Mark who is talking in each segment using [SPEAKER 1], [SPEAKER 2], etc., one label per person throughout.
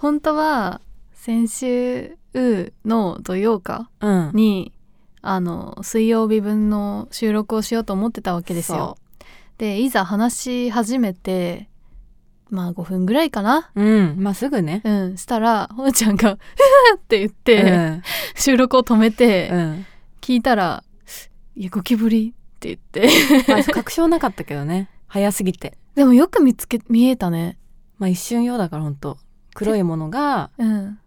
[SPEAKER 1] 本当は先週の土曜か
[SPEAKER 2] うん
[SPEAKER 1] にあの水曜日分の収録をしようと思ってたわけですよ。でいざ話し始めてまあ5分ぐらいかな。
[SPEAKER 2] うんまあすぐね
[SPEAKER 1] うん、したらほのちゃんが「ふふって言っ
[SPEAKER 2] う
[SPEAKER 1] て、
[SPEAKER 2] ん
[SPEAKER 1] 収録を止めて、
[SPEAKER 2] うん
[SPEAKER 1] 聞いたら「いやゴキブリ」って言って
[SPEAKER 2] まあ確証なかったけどね早すぎて
[SPEAKER 1] でもよく見つけ見えたね。
[SPEAKER 2] まあ一瞬用だからほんと黒いものが
[SPEAKER 1] うん、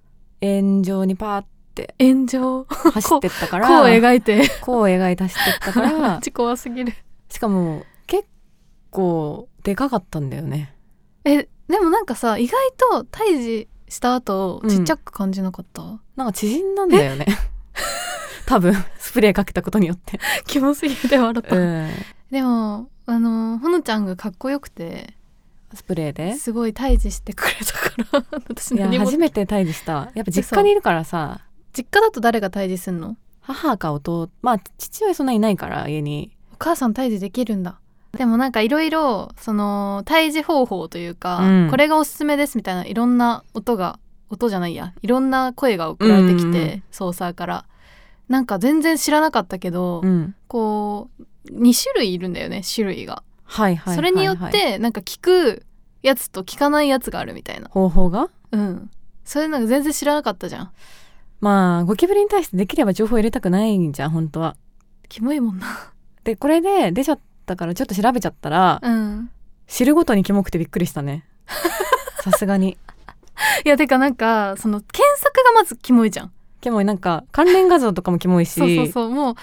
[SPEAKER 2] 円状にパーって
[SPEAKER 1] 炎上
[SPEAKER 2] 走ってったか
[SPEAKER 1] こ
[SPEAKER 2] ら
[SPEAKER 1] う描いて
[SPEAKER 2] こう描いて走ってったか
[SPEAKER 1] マ
[SPEAKER 2] ら
[SPEAKER 1] ジ怖すぎる。
[SPEAKER 2] しかも結構でかかったんだよね
[SPEAKER 1] えでもなんかさ意外と退治した後
[SPEAKER 2] うん
[SPEAKER 1] ちっちゃく感じなかった、
[SPEAKER 2] なんか縮んだんだよね 多分スプレーかけたことによって、
[SPEAKER 1] 気もすぎて笑った、
[SPEAKER 2] うん、
[SPEAKER 1] でもあのほのちゃんがかっこよくて
[SPEAKER 2] スプレー です
[SPEAKER 1] ごい退治してくれたから 私
[SPEAKER 2] いや
[SPEAKER 1] 何も
[SPEAKER 2] 初めて退治したやっぱ実家にいるからさ
[SPEAKER 1] 実家だと誰が退治すんの
[SPEAKER 2] 母か弟まあ父親そんないないから家に
[SPEAKER 1] お母さん退治できるんだでもなんかいろいろその退治方法というか、
[SPEAKER 2] うん
[SPEAKER 1] これがおすすめですみたいないろんな音が音じゃないやいろんな声が送られてきて、
[SPEAKER 2] うんうんうん
[SPEAKER 1] ソーサーからなんか全然知らなかったけど、
[SPEAKER 2] うん
[SPEAKER 1] こう2種類いるんだよね種類が、
[SPEAKER 2] はいはいはいはい
[SPEAKER 1] それによってなんか聞くやつと聞かないやつがあるみたいな
[SPEAKER 2] 方法が
[SPEAKER 1] うんそういうのが全然知らなかったじゃん
[SPEAKER 2] まあゴキブリに対してできれば情報入れたくないんじゃん本当は
[SPEAKER 1] キモいもんな
[SPEAKER 2] でこれで出ちゃったからちょっと調べちゃったら、
[SPEAKER 1] うん
[SPEAKER 2] 知るごとにキモくてびっくりし たねさすがに
[SPEAKER 1] いやてかなんかその検索がまずキモいじゃん
[SPEAKER 2] でもなんか関連画像とかもキモいし
[SPEAKER 1] そうそうそうもう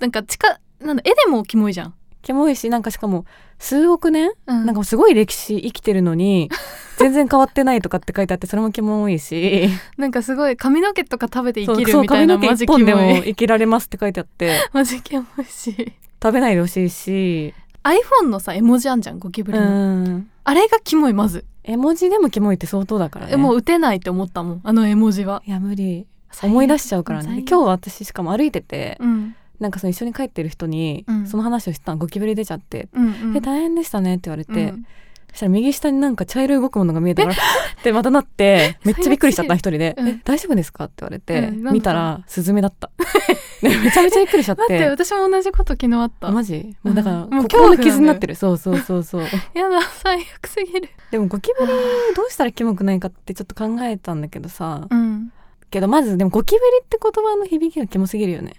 [SPEAKER 1] なんか近なんだ絵でもキモいじゃん、
[SPEAKER 2] キモいしなんかしかも数億年、
[SPEAKER 1] うん、
[SPEAKER 2] なんかすごい歴史生きてるの に全然変わってないとかって書いてあってそれもキモいし
[SPEAKER 1] なんかすごい髪の毛とか食べて生きる
[SPEAKER 2] そう
[SPEAKER 1] みたいな
[SPEAKER 2] 髪の
[SPEAKER 1] マ
[SPEAKER 2] 毛
[SPEAKER 1] ジ
[SPEAKER 2] 一
[SPEAKER 1] キモ
[SPEAKER 2] 本でも
[SPEAKER 1] い
[SPEAKER 2] 生きられますって書いてあって
[SPEAKER 1] マジキモいし
[SPEAKER 2] 食べないでほしいし
[SPEAKER 1] iPhone のさ絵文字あんじゃんゴキブ
[SPEAKER 2] う
[SPEAKER 1] リの、
[SPEAKER 2] ん
[SPEAKER 1] あれがキモいまず、
[SPEAKER 2] 絵文字でもキモいって相当だからね
[SPEAKER 1] えもう打てないって思ったもんあの絵文字はい
[SPEAKER 2] や無理思い出しちゃうから
[SPEAKER 1] 最
[SPEAKER 2] ね
[SPEAKER 1] 悪
[SPEAKER 2] 今日私しかも歩いてて、
[SPEAKER 1] うん
[SPEAKER 2] なんかその一緒に帰ってる人に、
[SPEAKER 1] うん
[SPEAKER 2] その話をしてたのゴキブリ出ちゃって
[SPEAKER 1] うん
[SPEAKER 2] 「
[SPEAKER 1] うん
[SPEAKER 2] え大変でしたね」って言われて、
[SPEAKER 1] うん
[SPEAKER 2] そしたら右下になんか茶色い動くものが見えたからってまたな ってめっちゃびっくりしちゃった
[SPEAKER 1] 最
[SPEAKER 2] 一人で「
[SPEAKER 1] うん
[SPEAKER 2] え大丈夫ですか?」って言われて、
[SPEAKER 1] うんなんだ
[SPEAKER 2] 見たらスズメだった ねめちゃめちゃびっくりしちゃっ
[SPEAKER 1] 待って
[SPEAKER 2] て。
[SPEAKER 1] 私も同じこと昨日あった、
[SPEAKER 2] マジもうだから、
[SPEAKER 1] うんもう
[SPEAKER 2] 心
[SPEAKER 1] 恐怖なんだ
[SPEAKER 2] の
[SPEAKER 1] よ
[SPEAKER 2] 傷になってるそうそうそ うそう
[SPEAKER 1] やだ最悪すぎる
[SPEAKER 2] でもゴキブリどうしたらキモくないかってちょっと考えたんだけどさ
[SPEAKER 1] うん
[SPEAKER 2] けどまずでもゴキブリって言葉の響きがキモすぎるよね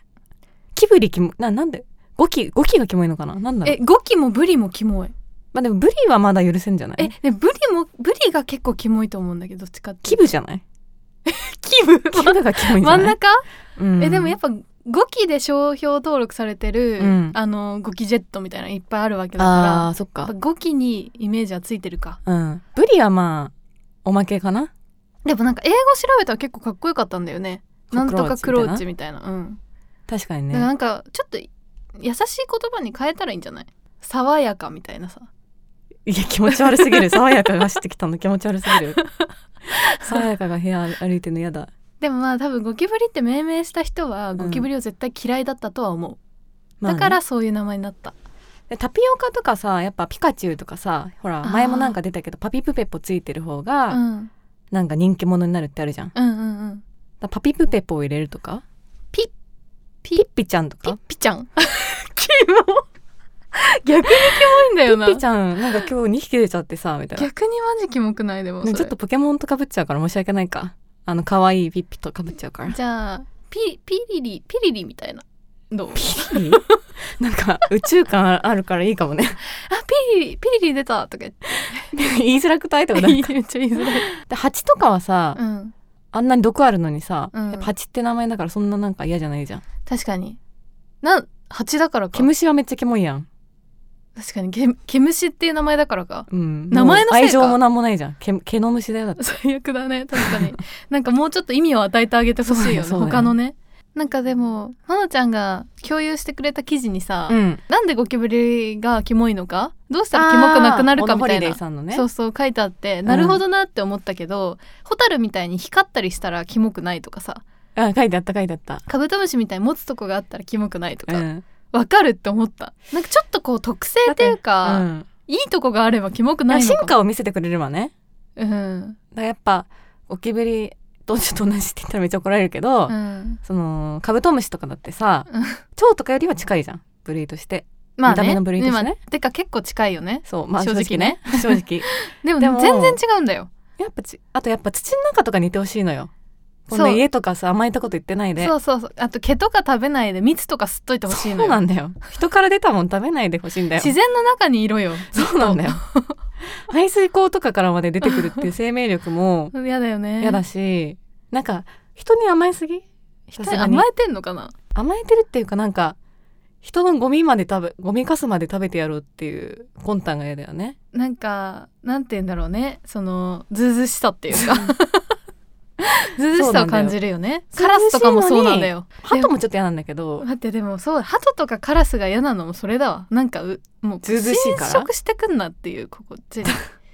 [SPEAKER 2] キブリキモななんでゴキゴキがキモいのかななんだろう
[SPEAKER 1] えゴキもブリもキモい
[SPEAKER 2] まあでもブリはまだ許せんじゃない
[SPEAKER 1] えねブリもブリが結構キモいと思うんだけどどっちかって
[SPEAKER 2] キブじゃない
[SPEAKER 1] キブ
[SPEAKER 2] キブがキモいんじ
[SPEAKER 1] 真
[SPEAKER 2] ゃ
[SPEAKER 1] ん
[SPEAKER 2] ない
[SPEAKER 1] 中、
[SPEAKER 2] うん
[SPEAKER 1] えでもやっぱゴキで商標登録されてる、
[SPEAKER 2] うん
[SPEAKER 1] あのゴキジェットみたいなのいっぱいあるわけだ
[SPEAKER 2] あ
[SPEAKER 1] か
[SPEAKER 2] ーそっ
[SPEAKER 1] らやっぱ
[SPEAKER 2] か
[SPEAKER 1] ゴキにイメージはついてるか
[SPEAKER 2] うんブリはまあおまけかな
[SPEAKER 1] でもなんか英語調べたら結構かっこよかったんだよねなんとかクローチみたいなうん
[SPEAKER 2] 確かに
[SPEAKER 1] だからな
[SPEAKER 2] ね
[SPEAKER 1] んかちょっと優しい言葉に変えたらいいんじゃない爽やかみたいなさ
[SPEAKER 2] いや気持ち悪す ぎる爽やかが走ってきたの気持ち悪すぎる爽やかが部屋歩いてるの嫌だ
[SPEAKER 1] でもまあ多分ゴキブリって命名した人はゴキブリを絶対嫌いだったとは思う、
[SPEAKER 2] まあ
[SPEAKER 1] だ
[SPEAKER 2] ね
[SPEAKER 1] からそういう名前になった
[SPEAKER 2] でタピオカとかさやっぱピカチュウとかさほら
[SPEAKER 1] あー
[SPEAKER 2] 前もなんか出たけどパピプペポついてる方
[SPEAKER 1] う
[SPEAKER 2] が
[SPEAKER 1] ん、うん
[SPEAKER 2] なんか人気者になるってあるじゃんだか
[SPEAKER 1] うんうん
[SPEAKER 2] らパピプペポを入れるとか
[SPEAKER 1] ピッ
[SPEAKER 2] ピッピちゃんと
[SPEAKER 1] ピッ
[SPEAKER 2] か
[SPEAKER 1] ピちゃん キモ逆にキモいんだ
[SPEAKER 2] ピ
[SPEAKER 1] よな
[SPEAKER 2] ッピちゃんなんか今日2匹出ちゃってさみたいな
[SPEAKER 1] 逆にマジキモくないでもそ
[SPEAKER 2] ね
[SPEAKER 1] れ
[SPEAKER 2] ちょっとポケモンとかぶっちゃうから申し訳ないかあの可愛いピッピとかぶっちゃうから
[SPEAKER 1] じゃあピピリリピリリみたいなどうあ
[SPEAKER 2] いいなんか宇宙感あるからいいかもね
[SPEAKER 1] ピリリ ピリリ出たとか言って
[SPEAKER 2] 言いづらく ないとかだ
[SPEAKER 1] 言っちゃ言いづらい
[SPEAKER 2] で蜂とかはさ、
[SPEAKER 1] うん
[SPEAKER 2] あんなに毒あるのにさ、
[SPEAKER 1] うん
[SPEAKER 2] やっぱ蜂って名前だからそんななんか嫌じゃないじゃん
[SPEAKER 1] 確かになん蜂だからか
[SPEAKER 2] 毛虫はめっちゃキモいやん、
[SPEAKER 1] 確かに毛毛虫っていう名前だからか
[SPEAKER 2] うん、
[SPEAKER 1] 名前のせいか
[SPEAKER 2] もう愛情もなんもないじゃん毛毛の虫だよだって
[SPEAKER 1] 最悪だね確か になんかもうちょっと意味を与えてあげてほしいよね
[SPEAKER 2] そうだよそうだよ
[SPEAKER 1] 他のねなんかでもまなちゃんが共有してくれた記事にさ、
[SPEAKER 2] ん
[SPEAKER 1] なんでゴキブリがキモいのかどうしたらキモくなくなるかみたい
[SPEAKER 2] オノホリデ
[SPEAKER 1] な
[SPEAKER 2] イさんのね
[SPEAKER 1] そうそう書いてあってなるほどなって思ったけど、ホタルみたいに光ったりしたらキモくないとかさ
[SPEAKER 2] あ書いてあった書いてあった
[SPEAKER 1] カブトムシみたいに持つとこがあったらキモくないと
[SPEAKER 2] う
[SPEAKER 1] か、
[SPEAKER 2] ん
[SPEAKER 1] わかるって思ったなんかちょっとこう特性っていうか、
[SPEAKER 2] うん
[SPEAKER 1] いいとこがあればキモくないのか
[SPEAKER 2] 進化を見せてくれればね
[SPEAKER 1] うん
[SPEAKER 2] だからやっぱゴキブリとちょっと同じって言ったらめっちゃ怒られるけど、
[SPEAKER 1] うん、
[SPEAKER 2] そのカブトムシとかだってさ
[SPEAKER 1] うん
[SPEAKER 2] 蝶とかよりは近いじゃん部類として
[SPEAKER 1] まあ、ね、
[SPEAKER 2] 見た目の部類としてね
[SPEAKER 1] まあてか結構近いよね
[SPEAKER 2] そうまあ
[SPEAKER 1] 正
[SPEAKER 2] 正
[SPEAKER 1] 直
[SPEAKER 2] 直ね正 直
[SPEAKER 1] でも
[SPEAKER 2] でも
[SPEAKER 1] 全然違うんだよ
[SPEAKER 2] やっぱちあとやっぱ土の中とかにいてほしいのよこんな
[SPEAKER 1] そう
[SPEAKER 2] 家とかさ甘えたこと言ってないで
[SPEAKER 1] そうそうそうあと毛とか食べないで蜜とか吸っといてほしいの
[SPEAKER 2] そうな
[SPEAKER 1] よ
[SPEAKER 2] んだよ人から出たもん食べないでほしいんだよ
[SPEAKER 1] 自然の中にいろよ
[SPEAKER 2] そうなん だよ排水口とかからまで出てくるっていう生命力も
[SPEAKER 1] 嫌だよね
[SPEAKER 2] 嫌だしなんか人に甘えすぎ
[SPEAKER 1] 人
[SPEAKER 2] さ
[SPEAKER 1] に
[SPEAKER 2] すがに
[SPEAKER 1] 甘えてんのかな
[SPEAKER 2] 甘えてるっていうかなんか人のゴミまで食べゴミかすまで食べてやろうっていう魂胆が嫌だよね
[SPEAKER 1] なんかなんて言うんだろうねそのずうずうしさっていう かずうずうしさを感じるよね
[SPEAKER 2] そう
[SPEAKER 1] カ
[SPEAKER 2] なん
[SPEAKER 1] ラ
[SPEAKER 2] だよ
[SPEAKER 1] スとかもそうなんだよ
[SPEAKER 2] ハトもちょっと嫌なんだけど
[SPEAKER 1] 待ってでもそう鳩とかカラスが嫌なのもそれだわなんかうもう
[SPEAKER 2] ずうずうしいから
[SPEAKER 1] 侵食してくんなっていうこっち に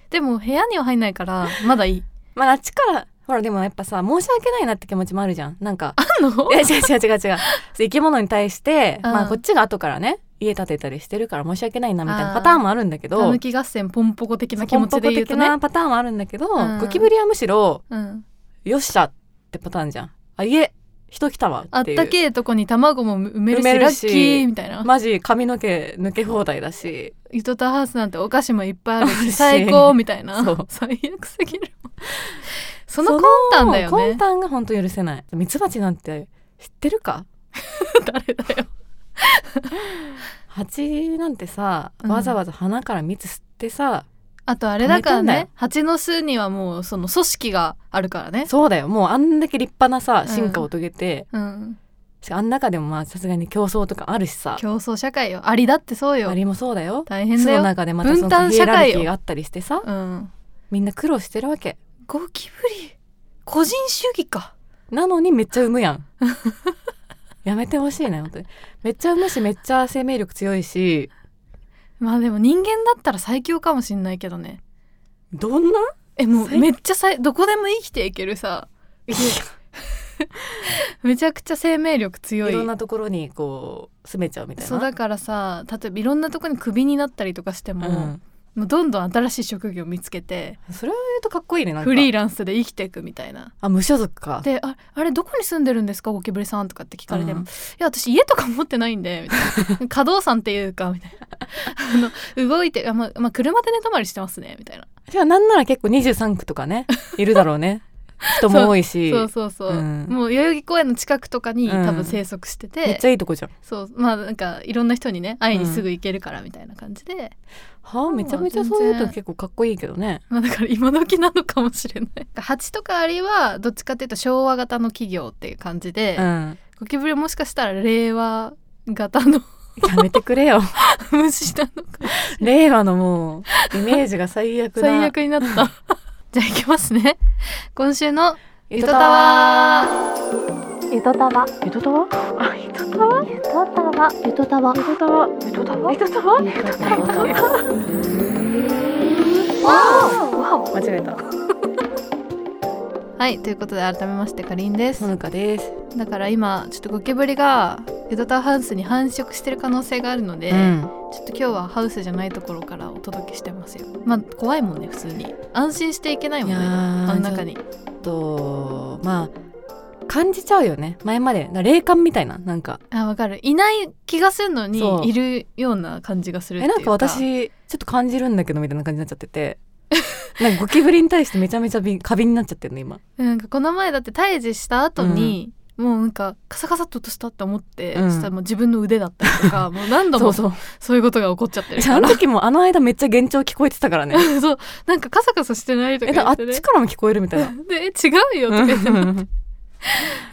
[SPEAKER 1] でも部屋には入んないからまだいい
[SPEAKER 2] まああっちからほらでもやっぱさ申し訳ないなって気持ちもあるじゃんなんか
[SPEAKER 1] あんの
[SPEAKER 2] いや違う違う違う違うそう生き物に対して、
[SPEAKER 1] うん
[SPEAKER 2] まあこっちが後からね家建てたりしてるから申し訳ないなみたいなパターンもあるんだけ
[SPEAKER 1] た
[SPEAKER 2] ど
[SPEAKER 1] ぬき合戦ポンポコ的な気持ちで言うと
[SPEAKER 2] 根本的
[SPEAKER 1] ね
[SPEAKER 2] なパターンもあるんだけど、
[SPEAKER 1] うん
[SPEAKER 2] ゴキブリはむしろ
[SPEAKER 1] うん、
[SPEAKER 2] よっしゃってパターンじゃんあ家人来たわ
[SPEAKER 1] あ
[SPEAKER 2] っ
[SPEAKER 1] って
[SPEAKER 2] いう
[SPEAKER 1] たけえとこに卵も埋めるし
[SPEAKER 2] 埋め
[SPEAKER 1] ラ
[SPEAKER 2] るし
[SPEAKER 1] ッキーみたいな、
[SPEAKER 2] マジ髪の毛抜け放題だし
[SPEAKER 1] イトタハウスなんてお菓子もいっぱいある
[SPEAKER 2] ある
[SPEAKER 1] し
[SPEAKER 2] し
[SPEAKER 1] 最高みたいな
[SPEAKER 2] そう
[SPEAKER 1] 最悪すぎるその魂胆だよ
[SPEAKER 2] その
[SPEAKER 1] ね
[SPEAKER 2] 魂胆が本当許せないミツバチなんて知ってるか
[SPEAKER 1] 誰だよ
[SPEAKER 2] 蜂なんてさ
[SPEAKER 1] うん
[SPEAKER 2] わざわざ花から蜜吸ってさ、
[SPEAKER 1] あとあれだから
[SPEAKER 2] 止めてんだよ
[SPEAKER 1] ね蜂の巣にはもうその組織があるからね
[SPEAKER 2] そうだよもうあんだけ立派なさ
[SPEAKER 1] うん
[SPEAKER 2] 進化を遂げて、
[SPEAKER 1] うん
[SPEAKER 2] しかもあん中でもまあさすがに競争とかあるしさ
[SPEAKER 1] 競争社会よアリだってそうよ
[SPEAKER 2] ありもそうだよ
[SPEAKER 1] 大変
[SPEAKER 2] そ
[SPEAKER 1] だ
[SPEAKER 2] の
[SPEAKER 1] よ、
[SPEAKER 2] 中でまたそ
[SPEAKER 1] 分
[SPEAKER 2] の
[SPEAKER 1] 担
[SPEAKER 2] ヒエ
[SPEAKER 1] 社
[SPEAKER 2] ラ
[SPEAKER 1] 会
[SPEAKER 2] ル
[SPEAKER 1] よ
[SPEAKER 2] キーがあったりしてさ
[SPEAKER 1] うん、
[SPEAKER 2] みんな苦労してるわけ
[SPEAKER 1] ゴキブリ個人主義か
[SPEAKER 2] なのにめっちゃ産 むやんやめてほしいね本当にめっちゃ産むしめっちゃ生命力強いし
[SPEAKER 1] まあでも人間だったら最強かもしんないけどね
[SPEAKER 2] どんな
[SPEAKER 1] えもう
[SPEAKER 2] 最
[SPEAKER 1] めっちゃさいどこでも生きていけるさめちゃくちゃ生命力強い
[SPEAKER 2] いろんなところにこう住めちゃうみたいな
[SPEAKER 1] そうだからさ例えばいろんなとこにクビになったりとかしても、
[SPEAKER 2] うん
[SPEAKER 1] もうどんどん新しい職業見つけて
[SPEAKER 2] それを言うとかっこいいねなんか
[SPEAKER 1] フリーランスで生きていくみたいな。
[SPEAKER 2] あ無所属か
[SPEAKER 1] で「ああれどこに住んでるんですかゴキブリさん」とかって聞かれても「
[SPEAKER 2] うん
[SPEAKER 1] いや私家とか持ってないんで」みたい な「稼働さんっていうか」みたいな 「あの動いてあ、ままあ、車で寝泊まりしてますね」みたいな、
[SPEAKER 2] じゃあなんなら結構23区とか ねいるだろうね人も多いし
[SPEAKER 1] そうそうそう、
[SPEAKER 2] うん
[SPEAKER 1] もう代々木公園の近くとかに
[SPEAKER 2] うん
[SPEAKER 1] 多分生息してて、
[SPEAKER 2] めっちゃいいとこじゃん
[SPEAKER 1] そうまあなんかいろんな人にね会いにすぐ行けるからみたいな感じで、
[SPEAKER 2] はあめちゃめちゃ
[SPEAKER 1] 全然
[SPEAKER 2] そういうと結構かっこいいけどね
[SPEAKER 1] まあだから今時なのかもしれない。 蜂とかアリはどっちかっていうと昭和型の企業っていう感じで、
[SPEAKER 2] うん
[SPEAKER 1] ゴキブリはもしかしたら令和型の
[SPEAKER 2] やめてくれよ
[SPEAKER 1] 虫なのか
[SPEAKER 2] 令和のもうイメージが最悪だ
[SPEAKER 1] 最悪になった。 じゃあいきますね。今週の
[SPEAKER 2] ゆ
[SPEAKER 1] ゆとたわ
[SPEAKER 3] ゆとたわ
[SPEAKER 2] ゆとたわ
[SPEAKER 3] ゆとたわゆとたわゆとたわゆとたわゆとたわゆとたわ
[SPEAKER 2] 間違えた
[SPEAKER 1] はいということで改めましてかりんです
[SPEAKER 2] ほ。のかです
[SPEAKER 1] だから今ちょっとゴキブリがエドタワーハウスに繁殖してる可能性があるので、
[SPEAKER 2] うん
[SPEAKER 1] ちょっと今日はハウスじゃないところからお届けしてますよ。まあ怖いもんね普通に安心していけないもんね
[SPEAKER 2] いやー
[SPEAKER 1] あの中に。
[SPEAKER 2] えっとまあ感じちゃうよね前までな霊感みたいななんか
[SPEAKER 1] あわかるいない気がするのに
[SPEAKER 2] そう
[SPEAKER 1] いるような感じがするって
[SPEAKER 2] え
[SPEAKER 1] いうか
[SPEAKER 2] なんか私ちょっと感じるんだけどみたいな感じになっちゃっててなんかゴキブリに対してめちゃめちゃび過敏になっちゃってるの今
[SPEAKER 1] なんかこの前だって退治した後に、もうなんかカサカサっと落としたって思って、
[SPEAKER 2] うん
[SPEAKER 1] そしたらもう自分の腕だったりと かもう何度
[SPEAKER 2] そ
[SPEAKER 1] も
[SPEAKER 2] うそう
[SPEAKER 1] そういうことが起こっちゃってる
[SPEAKER 2] じゃあ
[SPEAKER 1] か
[SPEAKER 2] あの
[SPEAKER 1] ら
[SPEAKER 2] 時もあの間めっちゃ幻聴聞こえてたからね
[SPEAKER 1] そう なんかカサカサしてないと
[SPEAKER 2] え
[SPEAKER 1] か
[SPEAKER 2] だ
[SPEAKER 1] 言
[SPEAKER 2] あ
[SPEAKER 1] っ
[SPEAKER 2] って
[SPEAKER 1] ね
[SPEAKER 2] ちからも聞こえるみたい な
[SPEAKER 1] でえ違うよとか言って、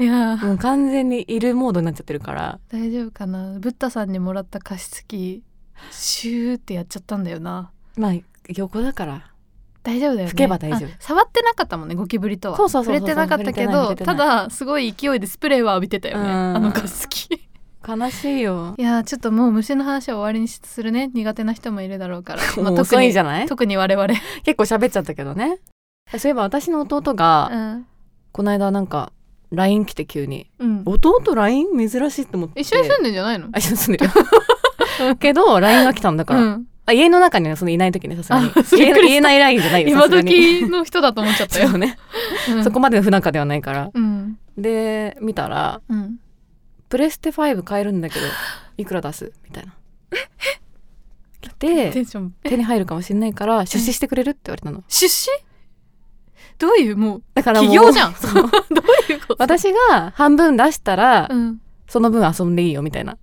[SPEAKER 1] いやー
[SPEAKER 2] もう完全にいるモードになっちゃってるから
[SPEAKER 1] 大丈夫かなブッダさんにもらった加湿器シューってやっちゃったんだよな
[SPEAKER 2] まあ横だから
[SPEAKER 1] 大丈夫だよね
[SPEAKER 2] 吹けば大丈夫
[SPEAKER 1] あ触ってなかったもんねゴキブリとは
[SPEAKER 2] そうそうそうそう
[SPEAKER 1] 触れてなかったけど
[SPEAKER 2] 触れてない触れてな
[SPEAKER 1] た
[SPEAKER 2] い
[SPEAKER 1] だすごい勢いでスプレーは浴びてたよね
[SPEAKER 2] うん
[SPEAKER 1] あのガス 機い
[SPEAKER 2] 悲しいよ
[SPEAKER 1] やーちょっともう虫の話は終わりにするね苦手な人もいるだろうから、 まあ、
[SPEAKER 2] もう遅いじ
[SPEAKER 1] ゃ
[SPEAKER 2] ゃない
[SPEAKER 1] 特に我々、
[SPEAKER 2] 結構喋っちゃったけどねそういえば私の弟が、
[SPEAKER 1] うん
[SPEAKER 2] この間なんか LINE 来て急に
[SPEAKER 1] うん、
[SPEAKER 2] 弟 LINE 珍しいって思って
[SPEAKER 1] 一緒に住んでんじゃないの、
[SPEAKER 2] あ一緒に住んでるよけど LINE が来たんだから、
[SPEAKER 1] うん
[SPEAKER 2] あ家の中にはそのいない時ねさすがに
[SPEAKER 1] あびっくり
[SPEAKER 2] 家
[SPEAKER 1] した
[SPEAKER 2] 言えないラインじゃないよ
[SPEAKER 1] 今
[SPEAKER 2] さすがに
[SPEAKER 1] 時の人だと思っちゃったよ
[SPEAKER 2] そうね、
[SPEAKER 1] うん
[SPEAKER 2] そこまでの不仲ではないから
[SPEAKER 1] うん
[SPEAKER 2] で見たら
[SPEAKER 1] うん
[SPEAKER 2] プレステ5買えるんだけどいくら出すみたいなで
[SPEAKER 1] テンション
[SPEAKER 2] 手に入るかもしれないから出資してくれるって言われたの
[SPEAKER 1] 出資どういうもう
[SPEAKER 2] だからもう
[SPEAKER 1] 企業じゃん
[SPEAKER 2] そ
[SPEAKER 1] ど
[SPEAKER 2] の
[SPEAKER 1] ういうこと
[SPEAKER 2] 私が半分出したら、
[SPEAKER 1] うん
[SPEAKER 2] その分遊んでいいよみたいな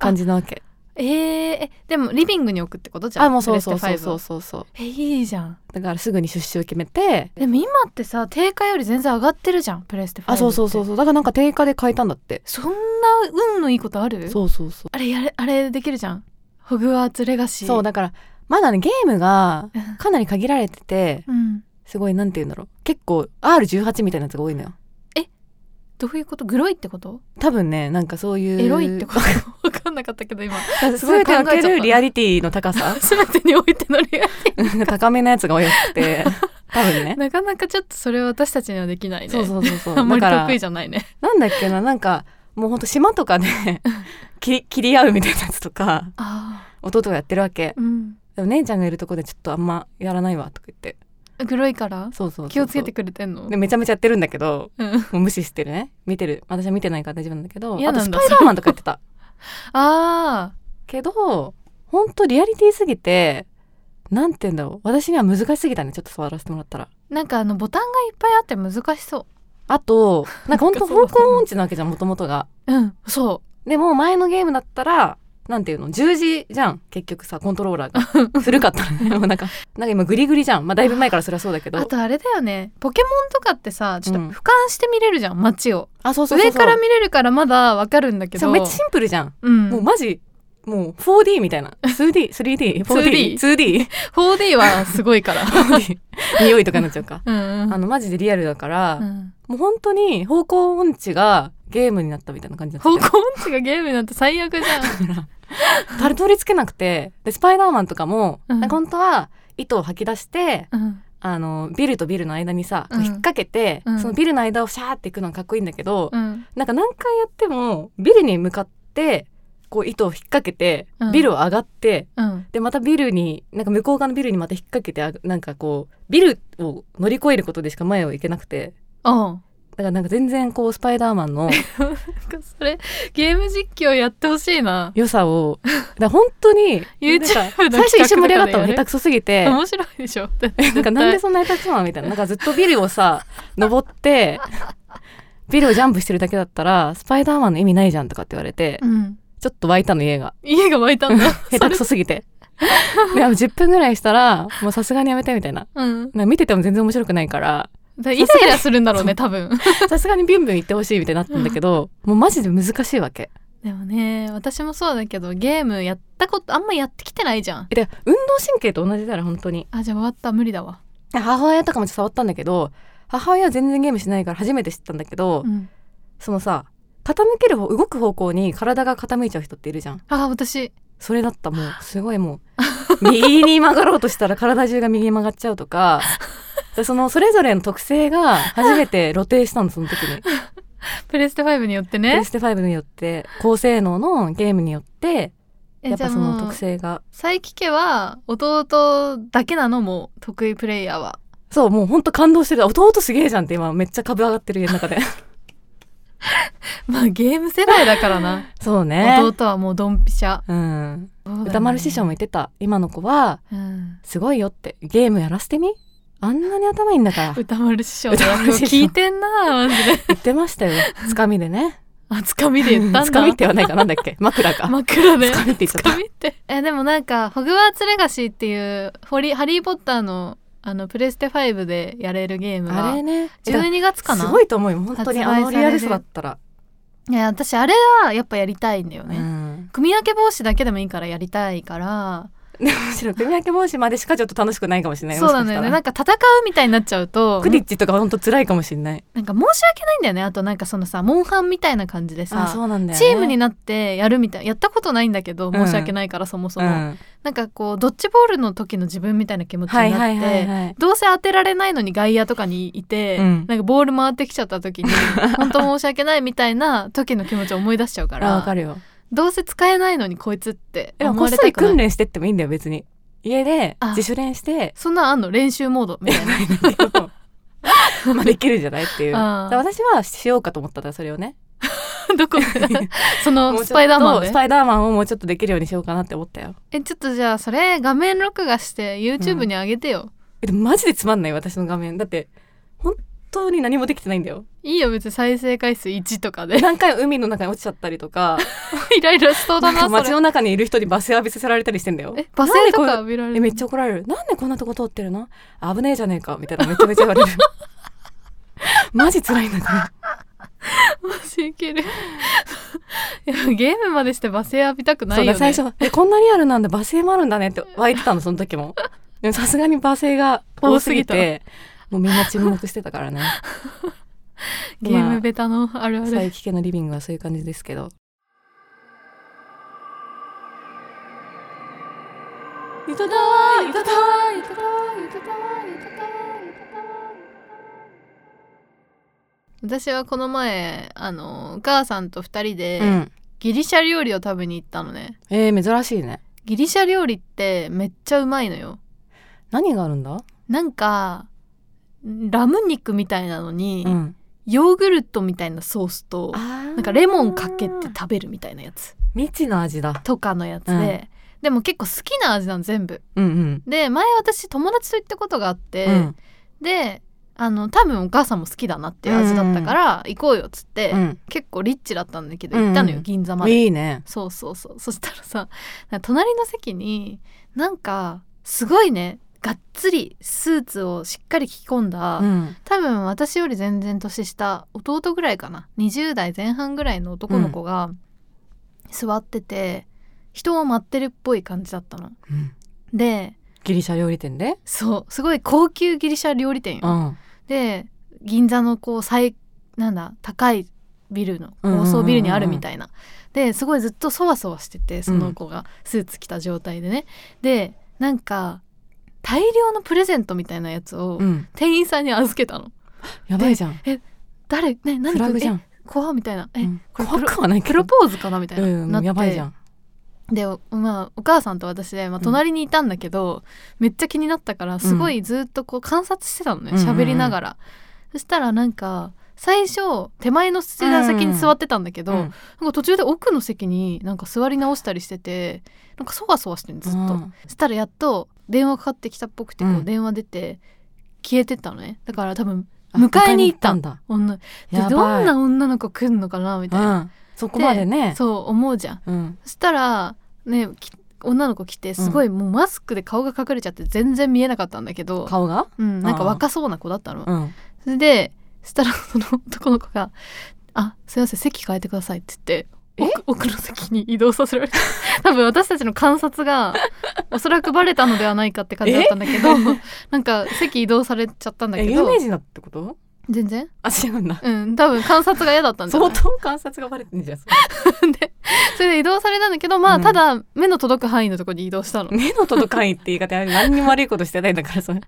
[SPEAKER 2] 感じなわけ
[SPEAKER 1] えーえでもリビングに置くってことじゃん
[SPEAKER 2] あもうそうそうそうそう
[SPEAKER 1] う
[SPEAKER 2] そうそう
[SPEAKER 1] えいいじゃん
[SPEAKER 2] だからすぐに出資を決めて
[SPEAKER 1] でも今ってさ定価より全然上がってるじゃんプレステ5って
[SPEAKER 2] あそうそうそうそうだからなんか定価で買えたんだって
[SPEAKER 1] そんな運のいいことある
[SPEAKER 2] そうそうそう
[SPEAKER 1] あれやれあれできるじゃんホグワーツレガシー
[SPEAKER 2] そうだからまだねゲームがかなり限られてて
[SPEAKER 1] うん
[SPEAKER 2] すごいなんて言うんだろう結構 R18 みたいなやつが多いのよ
[SPEAKER 1] どういうことグロいってこと
[SPEAKER 2] 多分ねなんかそういう
[SPEAKER 1] エロいって ことわかんなかったけど今
[SPEAKER 2] と
[SPEAKER 1] すごい考えちゃ
[SPEAKER 2] 全て
[SPEAKER 1] った
[SPEAKER 2] かけるリアリティの高 さ
[SPEAKER 1] 全てにおいてのリア
[SPEAKER 2] 高めのやつが多くて多分 ね
[SPEAKER 1] なかなかちょっとそれは私たちにはできないね
[SPEAKER 2] そうそうそうそう
[SPEAKER 1] あんま
[SPEAKER 2] だ
[SPEAKER 1] り
[SPEAKER 2] から
[SPEAKER 1] 得意じゃないね
[SPEAKER 2] なんだっけななんかもうほんと島とかで切り切り合うみたいなやつとか
[SPEAKER 1] あ
[SPEAKER 2] 弟がやってるわけ
[SPEAKER 1] あうん
[SPEAKER 2] でも姉ちゃんがいるとこでちょっとあんまやらないわとか言って
[SPEAKER 1] グロいから
[SPEAKER 2] そうそうそうそう
[SPEAKER 1] 気をつけてくれてんの
[SPEAKER 2] でめちゃめちゃやってるんだけど
[SPEAKER 1] うん
[SPEAKER 2] もう無視してるね見てる私は見てないから大丈夫なんだけど
[SPEAKER 1] 嫌
[SPEAKER 2] あと
[SPEAKER 1] な
[SPEAKER 2] ス
[SPEAKER 1] んだ
[SPEAKER 2] パイダーマンとかやってた
[SPEAKER 1] ああ
[SPEAKER 2] けどほんとリアリティすぎてなんて言うんだろう私には難しすぎたねちょっと触らせてもらったら
[SPEAKER 1] なんかあのボタンがいっぱいあって難しそ
[SPEAKER 2] あとなんかほんと
[SPEAKER 1] なん かそう
[SPEAKER 2] 方向音痴なわけじゃんもともとが
[SPEAKER 1] ううんそ
[SPEAKER 2] でも前のゲームだったらなんていうの十字じゃん結局さコントローラ ーが古かったのねもうなんかなんか今グリグリじゃんまあだいぶ前からそれはそうだけ
[SPEAKER 1] う
[SPEAKER 2] ど
[SPEAKER 1] あとあれだよねポケモンとかってさちょっ
[SPEAKER 2] うん
[SPEAKER 1] と俯瞰して見れるじゃん街を
[SPEAKER 2] あそうそうそう
[SPEAKER 1] 上
[SPEAKER 2] そう
[SPEAKER 1] から見れるからまだわかるんだけ
[SPEAKER 2] そ
[SPEAKER 1] ど
[SPEAKER 2] うめっちゃシンプルじゃん、
[SPEAKER 1] うん
[SPEAKER 2] もうマジもう 4D みたいな 2D3D4D2D 2D
[SPEAKER 1] 4D はすごい から
[SPEAKER 2] 匂いとかになっちゃうか
[SPEAKER 1] うんうん
[SPEAKER 2] あのマジでリアルだから、
[SPEAKER 1] うん
[SPEAKER 2] もう本当に方向音痴がゲームになったみたいな感じだった
[SPEAKER 1] 方向音痴がゲームになって最悪じ ゃん
[SPEAKER 2] たどり着けなくてでスパイダーマンとかも、
[SPEAKER 1] うん
[SPEAKER 2] なんか本当は糸を吐き出して
[SPEAKER 1] うん
[SPEAKER 2] あのビルとビルの間にさ、こう
[SPEAKER 1] うん
[SPEAKER 2] 引っ掛けて、
[SPEAKER 1] うん
[SPEAKER 2] そのビルの間をシャーっていくのがかっこいいんだけど、
[SPEAKER 1] うん
[SPEAKER 2] なんか何回やってもビルに向かってこう糸を引っ掛けて、
[SPEAKER 1] うん
[SPEAKER 2] ビルを上がって
[SPEAKER 1] うん
[SPEAKER 2] でまたビルになんか向こう側のビルにまた引っ掛けてあなんかこうビルを乗り越えることでしか前を行けなくて
[SPEAKER 1] おう
[SPEAKER 2] だからなんか全然こうスパイダーマ ンの
[SPEAKER 1] なんかそれゲーム実況やってほしいな
[SPEAKER 2] 良さをだから本当に
[SPEAKER 1] YouTube
[SPEAKER 2] なんか
[SPEAKER 1] の
[SPEAKER 2] 最初一緒盛り上がったの
[SPEAKER 1] 企画とかでやる
[SPEAKER 2] 下手くそすぎて。
[SPEAKER 1] 面白いでしょだって
[SPEAKER 2] なんかなんでそんな下手くそなのみたいな。なんかずっとビルをさ、登って、ビルをジャンプしてるだけだったら、スパイダーマンの意味ないじゃんとかって言われて、
[SPEAKER 1] うん
[SPEAKER 2] ちょっと湧いたの家が。
[SPEAKER 1] 家が湧いたんだ
[SPEAKER 2] 下手くそすぎて。で、あの10分ぐらいしたら、もうさすがにやめてみたいな。
[SPEAKER 1] うん
[SPEAKER 2] なんか見てても全然面白くないから、
[SPEAKER 1] だからイライラするんだろうね多分
[SPEAKER 2] さすがにビュンビュン行ってほしいみたいになったんだけど、もうマジで難しいわけ。
[SPEAKER 1] でもね私もそうだけどゲームやったことあんまやってきてないじゃん
[SPEAKER 2] え、で、運動神経と同じだら本当に。
[SPEAKER 1] あじゃあ終わった無理だわ
[SPEAKER 2] で母親とかもちょっと触ったんだけど、母親は全然ゲームしないから初めて知ったんだけど、
[SPEAKER 1] うん
[SPEAKER 2] そのさ傾ける方動く方向に体が傾いちゃう人っているじゃん
[SPEAKER 1] あ私
[SPEAKER 2] それだったもう すごいもう右に曲がろうとしたら体中が右に曲がっちゃう とかでそのそれぞれの特性が初めて露呈したのその時 にプ
[SPEAKER 1] プレステ5によって
[SPEAKER 2] レ
[SPEAKER 1] ね
[SPEAKER 2] ステ5によって高性能のゲームによって
[SPEAKER 1] え
[SPEAKER 2] やっ
[SPEAKER 1] じゃ
[SPEAKER 2] ぱ
[SPEAKER 1] あ
[SPEAKER 2] その
[SPEAKER 1] もう
[SPEAKER 2] 特性が
[SPEAKER 1] 佐伯家は弟だけなのもう得意プレイヤーは
[SPEAKER 2] そうもうほんと感動してる弟すげえじゃんって今めっちゃ株上がってる家の 中で
[SPEAKER 1] まあゲーム世代だから な
[SPEAKER 2] そうね
[SPEAKER 1] 弟はもうドンピシャ
[SPEAKER 2] うん歌丸師匠も言ってた今の子は
[SPEAKER 1] うん
[SPEAKER 2] すごいよってゲームやらせてみあんなに頭いいんだから
[SPEAKER 1] 歌丸師匠の
[SPEAKER 2] 歌丸師匠
[SPEAKER 1] 聞いてんなマ ジで
[SPEAKER 2] 言ってましたよ。つかみでね。
[SPEAKER 1] あつかみで言ったんだ
[SPEAKER 2] つかみって言わないかなんだっけ枕か。
[SPEAKER 1] 真っ暗で
[SPEAKER 2] つかみって言っちゃった。
[SPEAKER 1] 紙って えでもなんか「ホグワーツ・レガシー」っていうホリ「ハリー・ポッターの」あのプレステ5でやれるゲーム
[SPEAKER 2] あ
[SPEAKER 1] が
[SPEAKER 2] れね。
[SPEAKER 1] 12月か
[SPEAKER 2] す
[SPEAKER 1] な
[SPEAKER 2] ごいと思うよ。本当
[SPEAKER 1] 発
[SPEAKER 2] に
[SPEAKER 1] 売さ
[SPEAKER 2] あ
[SPEAKER 1] れる
[SPEAKER 2] のリアルさだったら。
[SPEAKER 1] いや私あれはやっぱやりたいんだよ
[SPEAKER 2] う
[SPEAKER 1] ね、
[SPEAKER 2] ん。
[SPEAKER 1] 組み分け防止だけでもいいからやりたいから
[SPEAKER 2] でもむしろ組み分け防止までしかちょっと楽しくないかもしれない。
[SPEAKER 1] そうなんだよねな
[SPEAKER 2] もしか
[SPEAKER 1] んか戦うみたいになっちゃうと
[SPEAKER 2] したらクリッチとか本当辛いかもしれない。
[SPEAKER 1] なんか申し訳ないんだよねあとなんかそのさモンハンみたいな感じで
[SPEAKER 2] あ、
[SPEAKER 1] さ
[SPEAKER 2] そうなんだよ
[SPEAKER 1] チ
[SPEAKER 2] ね。
[SPEAKER 1] ームになってやるみたいやったことないんだけど
[SPEAKER 2] ん
[SPEAKER 1] 申し訳ないからそもそも、
[SPEAKER 2] うん
[SPEAKER 1] なんかこうドッジボールの時の自分みたいな気持ちにな
[SPEAKER 2] は
[SPEAKER 1] っ
[SPEAKER 2] い
[SPEAKER 1] て、
[SPEAKER 2] はいはいはい。
[SPEAKER 1] どうせ当てられないのに外野とかにいて、
[SPEAKER 2] うん
[SPEAKER 1] なんかボール回ってきちゃった 時に本当申し訳ないみたいな時の気持ちを思い出しちゃうか
[SPEAKER 2] あ、わからるよ。
[SPEAKER 1] どうせ使えないのにこいつって
[SPEAKER 2] でも
[SPEAKER 1] 思
[SPEAKER 2] こっ
[SPEAKER 1] われ
[SPEAKER 2] そ
[SPEAKER 1] た
[SPEAKER 2] り
[SPEAKER 1] く
[SPEAKER 2] 訓
[SPEAKER 1] ない
[SPEAKER 2] 練してってもいいんだよ別に。家で
[SPEAKER 1] あ
[SPEAKER 2] 自主練して
[SPEAKER 1] そんなんあんの練習モードみたいな
[SPEAKER 2] まあできるんじゃないっていう
[SPEAKER 1] あー
[SPEAKER 2] で私はしようかと思ったからそれをね
[SPEAKER 1] どこ そ
[SPEAKER 2] もうちょ
[SPEAKER 1] の
[SPEAKER 2] っと
[SPEAKER 1] スパイダーマンで
[SPEAKER 2] スパイダーマンをもうちょっとできるようにしようかなって思ったよ
[SPEAKER 1] えちょっとじゃあそれ画面録画して YouTube に上げてよ、
[SPEAKER 2] えでもマジでつまんない私の画面だって本当に何もできてないん だよ
[SPEAKER 1] いいよ別に再生回数1とかで
[SPEAKER 2] 何回も海の中に落ちちゃったりとか
[SPEAKER 1] イライラしそうだ
[SPEAKER 2] なん
[SPEAKER 1] な
[SPEAKER 2] か
[SPEAKER 1] そ
[SPEAKER 2] 街
[SPEAKER 1] れ
[SPEAKER 2] の中にいる人に罵声浴びせられたりしてんだよ
[SPEAKER 1] え罵
[SPEAKER 2] なん
[SPEAKER 1] 声
[SPEAKER 2] で
[SPEAKER 1] と
[SPEAKER 2] こう
[SPEAKER 1] か浴びられ
[SPEAKER 2] え
[SPEAKER 1] る
[SPEAKER 2] めっ ちゃ怒られるなんでこんなとこ通ってるの危ねえじゃねえかみたいなめちゃめちゃ言われる マジ辛いんだから
[SPEAKER 1] マジいける いやゲームまでして罵声浴びたくな
[SPEAKER 2] そう
[SPEAKER 1] いよ
[SPEAKER 2] だ
[SPEAKER 1] ね
[SPEAKER 2] 最初えこんなリアルなんだ罵声もあるんだねって湧いてたのその時 もでもさすがに罵声が多すぎてもうみんな沈黙してたからね
[SPEAKER 1] ゲームベタのあるあ
[SPEAKER 2] 佐
[SPEAKER 1] る
[SPEAKER 2] 伯家のリビングはそういう感じですけど。ゆとたわゆとたわゆとたわゆとたわゆとたわ
[SPEAKER 1] 私はこの前あのお母さんと2人で、
[SPEAKER 2] うん。
[SPEAKER 1] ギリシャ料理を食べに行ったのね
[SPEAKER 2] えー、珍しいね。
[SPEAKER 1] ギリシャ料理ってめっちゃうまいのよ
[SPEAKER 2] 何があるんだ
[SPEAKER 1] なんかラム肉みたいなのに、
[SPEAKER 2] ん。
[SPEAKER 1] ヨーグルトみたいなソースと
[SPEAKER 2] な
[SPEAKER 1] なんかレモンかけて食べるみたいなやつ
[SPEAKER 2] 未知の味だ。
[SPEAKER 1] とかのやつで、でも結構好きな味なの全部
[SPEAKER 2] うんうん。
[SPEAKER 1] で前私友達と行ったことがあって、
[SPEAKER 2] うん
[SPEAKER 1] であの多分お母さんも好きだなっていう味だったから行こうよっつって、
[SPEAKER 2] うん
[SPEAKER 1] 結構リッチだったんだけど行ったのよ、
[SPEAKER 2] うん
[SPEAKER 1] 銀座まで
[SPEAKER 2] いいね。
[SPEAKER 1] そうそうそうそしたらさ隣の席になんかすごいねがっつりスーツをしっかり着込んだ、
[SPEAKER 2] うん。
[SPEAKER 1] 多分私より全然年下弟ぐらいかな20代前半ぐらいの男の子が座ってて、人を待ってるっぽい感じだったの。
[SPEAKER 2] うん
[SPEAKER 1] で
[SPEAKER 2] ギリシャ料理店で。
[SPEAKER 1] そうすごい高級ギリシャ料理店よ。
[SPEAKER 2] ん。
[SPEAKER 1] で銀座のこう最なんだ高いビルの
[SPEAKER 2] うんうんうんうん
[SPEAKER 1] 高層ビルにあるみたいな、ですごいずっとそわそわしててその子がスーツ着た状態でね、でなんか大量のプレゼントみたいなやつを
[SPEAKER 2] うん。
[SPEAKER 1] 店員さんに預けたの、
[SPEAKER 2] やばいじゃん。
[SPEAKER 1] 誰ね何
[SPEAKER 2] フラ
[SPEAKER 1] こ
[SPEAKER 2] グ
[SPEAKER 1] れ
[SPEAKER 2] じゃ
[SPEAKER 1] え
[SPEAKER 2] ん。
[SPEAKER 1] 怖みたいなえ、
[SPEAKER 2] うん
[SPEAKER 1] これ
[SPEAKER 2] 怖くはないけ
[SPEAKER 1] プロ
[SPEAKER 2] ど。
[SPEAKER 1] ポーズかなみたいな、
[SPEAKER 2] う
[SPEAKER 1] なっ
[SPEAKER 2] ん。
[SPEAKER 1] て
[SPEAKER 2] やばいじゃん。
[SPEAKER 1] でまあお母さんと私で、まあ、
[SPEAKER 2] ん
[SPEAKER 1] 隣にいたんだけど、めっちゃ気になったからすごいずっとこう観察してたのね
[SPEAKER 2] うんうんうん
[SPEAKER 1] 喋、りながら、そしたらなんか最初手前の席に座ってたんだけど、
[SPEAKER 2] うん
[SPEAKER 1] なんか途中で奥の席になんか座り直したりしててなんかそわそわしてるずっと、
[SPEAKER 2] うん
[SPEAKER 1] そしたらやっと電話かかってきたっぽくてこ
[SPEAKER 2] う
[SPEAKER 1] うん電話出て消えてったのねだから多分
[SPEAKER 2] あ
[SPEAKER 1] 迎えに行った
[SPEAKER 2] 迎えに行ったんだ。
[SPEAKER 1] 女で
[SPEAKER 2] やばい
[SPEAKER 1] どんな女の子来んのかなみたいな、
[SPEAKER 2] うん。そこまでね。
[SPEAKER 1] そう思うじゃん
[SPEAKER 2] うん。
[SPEAKER 1] そしたらねき女の子来てすごいもうマスクで顔が隠れちゃって全然見えなかったんだけど、
[SPEAKER 2] 顔が。
[SPEAKER 1] うん、なんか若そうな子だったの。
[SPEAKER 2] うん。
[SPEAKER 1] それでそしたらその男の子が「あすいません席変えてください」って言って。奥奥の席に移動させられた 多分私たちの観察がおそらくバレたのではないかって感じだったんだけど なんか席移動されちゃったんだ
[SPEAKER 2] え、
[SPEAKER 1] け
[SPEAKER 2] 有
[SPEAKER 1] ど
[SPEAKER 2] 名人だってこと
[SPEAKER 1] 全然
[SPEAKER 2] あ、違うんだ。
[SPEAKER 1] うん多分観察が嫌だったんじゃな
[SPEAKER 2] 相
[SPEAKER 1] い
[SPEAKER 2] 当観察がバレ てんじゃん。
[SPEAKER 1] でそれで移動されたんだけどまあ、
[SPEAKER 2] うん
[SPEAKER 1] ただ目の届く範囲のところに移動したの
[SPEAKER 2] 目の届かんいって言い方や何にも悪いことしてないん だからそれ。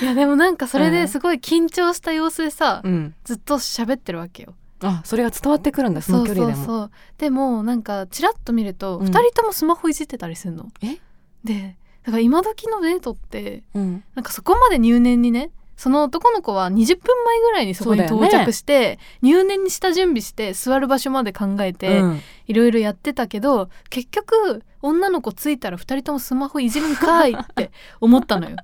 [SPEAKER 1] いやでもなんかそれ
[SPEAKER 2] う
[SPEAKER 1] で
[SPEAKER 2] ん
[SPEAKER 1] すごい緊張した様子でさ、
[SPEAKER 2] うん。
[SPEAKER 1] ずっと喋ってるわけよ。
[SPEAKER 2] あ、それが伝わってくるんだ、
[SPEAKER 1] そ
[SPEAKER 2] その
[SPEAKER 1] う
[SPEAKER 2] 距
[SPEAKER 1] そ
[SPEAKER 2] 離
[SPEAKER 1] う
[SPEAKER 2] でも。
[SPEAKER 1] そう。でもなんかちらっと見ると
[SPEAKER 2] うん
[SPEAKER 1] 二人ともスマホいじってたりするの。
[SPEAKER 2] え
[SPEAKER 1] でだから今時のデートって
[SPEAKER 2] うん。
[SPEAKER 1] なんかそこまで入念にねその男の子は20分前ぐらいにそこに
[SPEAKER 2] そうだよ
[SPEAKER 1] 到着
[SPEAKER 2] ね
[SPEAKER 1] して、入念に下準備して座る場所まで考えて
[SPEAKER 2] うん
[SPEAKER 1] いろいろやってたけど、結局女の子着いたら二人ともスマホいじるんかいって思ったのよ。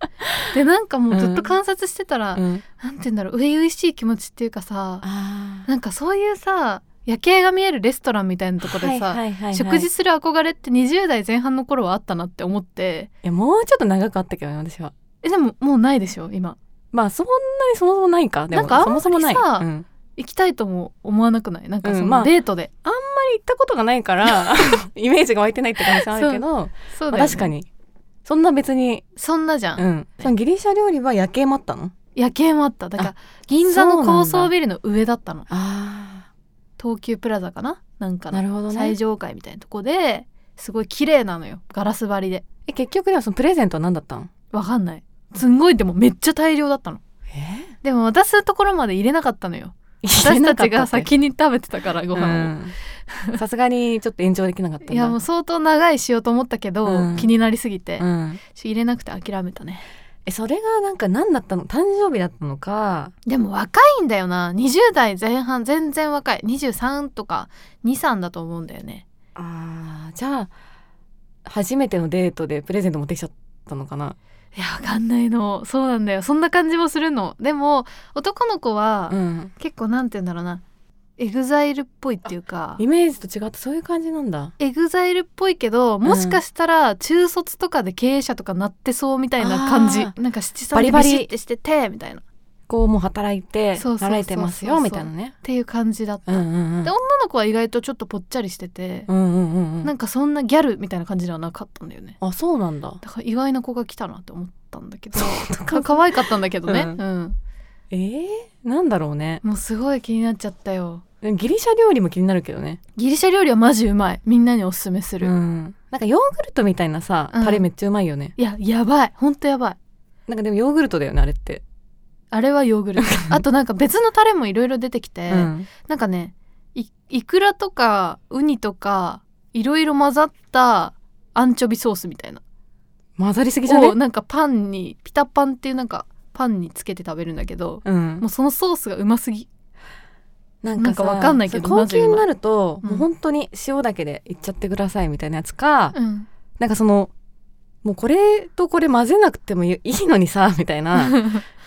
[SPEAKER 1] でなんかもうずっと観察してたら、
[SPEAKER 2] うん
[SPEAKER 1] なんて言うんだろう初々しい気持ちっていうかさ
[SPEAKER 2] あ
[SPEAKER 1] なんかそういうさ夜景が見えるレストランみたいなところでさ、
[SPEAKER 2] さ
[SPEAKER 1] 食事
[SPEAKER 2] い
[SPEAKER 1] する憧れって20代前半の頃はあったなって思って
[SPEAKER 2] や、もうちょっと長くあったけどね、私は。
[SPEAKER 1] えでももうないでしょ今
[SPEAKER 2] まあ、そんなにそもそもないか。でも
[SPEAKER 1] なんかあん
[SPEAKER 2] そ
[SPEAKER 1] ま
[SPEAKER 2] も
[SPEAKER 1] り
[SPEAKER 2] そもない。うん
[SPEAKER 1] さ
[SPEAKER 2] あんま
[SPEAKER 1] 行きたいとも思わなくないなんかそ
[SPEAKER 2] うんま
[SPEAKER 1] の
[SPEAKER 2] あ
[SPEAKER 1] デートで、
[SPEAKER 2] り行ったことがない から、イメージが湧いてないって感じはあるけど、
[SPEAKER 1] そう
[SPEAKER 2] ま
[SPEAKER 1] だ
[SPEAKER 2] あ
[SPEAKER 1] よね
[SPEAKER 2] 確かに。そんな別に、
[SPEAKER 1] そんなじゃん、
[SPEAKER 2] うん。そのギリシャ料理は夜景もあったの
[SPEAKER 1] 夜景もあっただから
[SPEAKER 2] あ
[SPEAKER 1] 銀座の高
[SPEAKER 2] そうなん
[SPEAKER 1] 層
[SPEAKER 2] だ
[SPEAKER 1] ビルの上だったの
[SPEAKER 2] あ
[SPEAKER 1] 東急プラザかななん
[SPEAKER 2] あ、
[SPEAKER 1] か
[SPEAKER 2] な
[SPEAKER 1] の
[SPEAKER 2] るほどね
[SPEAKER 1] 最。上階みたいなとこですごい綺麗なのよガラス張りで
[SPEAKER 2] え、結局でもそのプレゼントは何だったの
[SPEAKER 1] わかんないすんごいでもめっちゃ大量だったの
[SPEAKER 2] え
[SPEAKER 1] でも渡すところまで入れなかったのよ
[SPEAKER 2] 言え
[SPEAKER 1] 私
[SPEAKER 2] な
[SPEAKER 1] たち
[SPEAKER 2] かった
[SPEAKER 1] が
[SPEAKER 2] って
[SPEAKER 1] 先に食べてたからご飯を、
[SPEAKER 2] うんさすがにちょっと延長できなかったんだ
[SPEAKER 1] いやもう相当長いしようと思ったけど、
[SPEAKER 2] うん
[SPEAKER 1] 気になりすぎて、ち
[SPEAKER 2] う
[SPEAKER 1] ょっと
[SPEAKER 2] ん、
[SPEAKER 1] 入れなくて諦めたね
[SPEAKER 2] えそれがなんか何だったの誕生日だったのか
[SPEAKER 1] でも若いんだよな20代前半全然若い23とか23だと思うんだよね
[SPEAKER 2] あーじゃあ初めてのデートでプレゼント持ってきちゃったのかない
[SPEAKER 1] やわかんないのそうなんだよそんな感じもするのでも男の子は
[SPEAKER 2] うん
[SPEAKER 1] 結構なんて言うんだろうなエグザイルっぽいっていうか
[SPEAKER 2] イメージと違ってそういう感じなんだ
[SPEAKER 1] エグザイルっぽいけどもしかしたら中卒とかで経営者とかなってそうみたいな感じ、
[SPEAKER 2] あ
[SPEAKER 1] なんか七
[SPEAKER 2] バ
[SPEAKER 1] 三
[SPEAKER 2] リ
[SPEAKER 1] で
[SPEAKER 2] バ
[SPEAKER 1] ビ
[SPEAKER 2] リ
[SPEAKER 1] シッてしててみたいなっ
[SPEAKER 2] こうもう働いて
[SPEAKER 1] そうそうそうそう
[SPEAKER 2] 働いてますよみたいなね
[SPEAKER 1] ていう感じだった、
[SPEAKER 2] うんうんうん
[SPEAKER 1] で女の子は意外とちょっとぽっちゃりしてて、
[SPEAKER 2] うんうんうんうん
[SPEAKER 1] なんかそんなギャルみたいな感じではなかったんだよね
[SPEAKER 2] あそうなんだ
[SPEAKER 1] だから意外な子が来たなって思ったんだけど
[SPEAKER 2] そう
[SPEAKER 1] か 可愛かったんだけどね、
[SPEAKER 2] う
[SPEAKER 1] うんん
[SPEAKER 2] えー、なんだろうね
[SPEAKER 1] もうすごい気になっちゃったよ
[SPEAKER 2] ギリシャ料理も気になるけどね
[SPEAKER 1] ギリシャ料理はマジうまいみんなにおすすめする、
[SPEAKER 2] うんなんかヨーグルトみたいなさ
[SPEAKER 1] うん
[SPEAKER 2] タレめっちゃうまいよね、
[SPEAKER 1] いややばいほんとやばい
[SPEAKER 2] なんかでもヨーグルトだよねあれって、
[SPEAKER 1] あれはヨーグ ルトあとなんか別のタレもいろいろ出てきて、
[SPEAKER 2] うん
[SPEAKER 1] なんかねいいくらとかウニとかいろいろ混ざったアンチョビソースみたいな
[SPEAKER 2] 混ざりすぎじゃね
[SPEAKER 1] をなんかパンにピタパンっていうなんかパンにつけて食べるんだけど、
[SPEAKER 2] うん
[SPEAKER 1] もうそのソースがうますぎ
[SPEAKER 2] な
[SPEAKER 1] なんかわかんないけど
[SPEAKER 2] そう高級になると、
[SPEAKER 1] マジうまい
[SPEAKER 2] もう本当に塩だけでいっちゃってくださいみたいなやつか、
[SPEAKER 1] うん
[SPEAKER 2] なんかそのもうこれとこれ混ぜなくてもいいのにさみたいな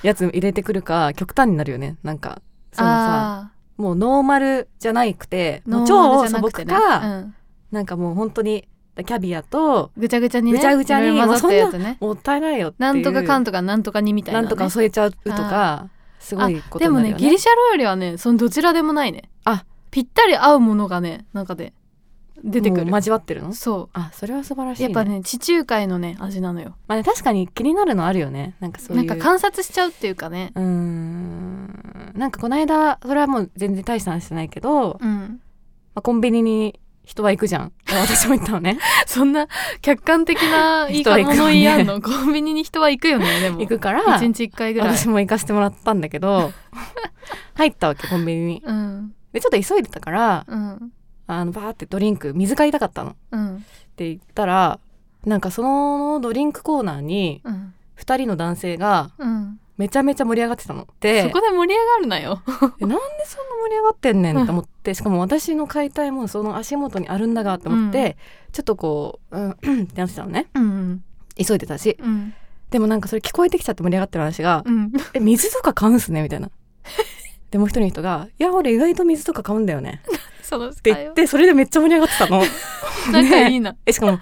[SPEAKER 2] やつ入れてくるか極端になるよねなんかそのさ
[SPEAKER 1] あ
[SPEAKER 2] もうノーマルじゃなくて
[SPEAKER 1] ー
[SPEAKER 2] も
[SPEAKER 1] ノ
[SPEAKER 2] う
[SPEAKER 1] ーマ
[SPEAKER 2] 超
[SPEAKER 1] ルじ
[SPEAKER 2] 素
[SPEAKER 1] ゃな
[SPEAKER 2] 朴
[SPEAKER 1] くてね
[SPEAKER 2] か、
[SPEAKER 1] うん
[SPEAKER 2] なんかもう本当にキャビアと
[SPEAKER 1] ぐちゃぐちゃにね
[SPEAKER 2] ぐちゃぐちゃ
[SPEAKER 1] い
[SPEAKER 2] に
[SPEAKER 1] ろいろ混ざったやつね
[SPEAKER 2] もったいないよってい
[SPEAKER 1] な
[SPEAKER 2] う
[SPEAKER 1] んとかかんとかなんとかにみたいな、
[SPEAKER 2] な
[SPEAKER 1] ね、
[SPEAKER 2] んとか添えちゃうとかすごいこと
[SPEAKER 1] で
[SPEAKER 2] に
[SPEAKER 1] も
[SPEAKER 2] なる
[SPEAKER 1] ね
[SPEAKER 2] よね
[SPEAKER 1] ギリシャ料理はねそのどちらでもないね
[SPEAKER 2] あ
[SPEAKER 1] ぴったり合うものがね中で出てく
[SPEAKER 2] もう
[SPEAKER 1] る
[SPEAKER 2] 交わってるの
[SPEAKER 1] そ
[SPEAKER 2] あそれは素晴らし
[SPEAKER 1] う
[SPEAKER 2] い、ね、
[SPEAKER 1] やっぱね地中海のね味なのよ
[SPEAKER 2] まあね、確かに気になるのあるよねなんかそうい
[SPEAKER 1] な
[SPEAKER 2] うん
[SPEAKER 1] か観察しちゃうっていうかね
[SPEAKER 2] うーんなんかこの間それはもう全然大した話じゃないけど、ま
[SPEAKER 1] うん、
[SPEAKER 2] あ、コンビニに人は行くじゃん私も行ったのね
[SPEAKER 1] そんな客観的な言い
[SPEAKER 2] 人は
[SPEAKER 1] 方
[SPEAKER 2] 行くよね
[SPEAKER 1] 物言いあんのコンビニに人は行くよねでも
[SPEAKER 2] 行
[SPEAKER 1] 一
[SPEAKER 2] くから
[SPEAKER 1] 日一回ぐらい
[SPEAKER 2] 私も行かせてもらったんだけ ど入ったわけコンビニに
[SPEAKER 1] うん
[SPEAKER 2] でちょっと急いでたから
[SPEAKER 1] うん
[SPEAKER 2] あのバーってドリンク水買いたかったのっ
[SPEAKER 1] うん
[SPEAKER 2] て言ったらなんかそのドリンクコーナーに
[SPEAKER 1] うん
[SPEAKER 2] 2人の男性が
[SPEAKER 1] うん
[SPEAKER 2] めちゃめちゃ盛り上がってたので
[SPEAKER 1] そこで盛り上がるなよ
[SPEAKER 2] えなんでそんな盛り上がってんねんって思ってしかも私の解体もその足元にあるんだがって思って、ちょっとこううんうんってなってたのね
[SPEAKER 1] うん
[SPEAKER 2] 急いでたし
[SPEAKER 1] うん
[SPEAKER 2] でもなんかそれ聞こえてきちゃって盛り上がってる話が「
[SPEAKER 1] うん
[SPEAKER 2] え水とか買うんすね」みたいな。でもう一人の人が「いや俺意外と水とか買うんだよね」っ
[SPEAKER 1] そのって
[SPEAKER 2] 言ってそれでめっちゃ盛り上がって たの。
[SPEAKER 1] 仲いいな、
[SPEAKER 2] えしかも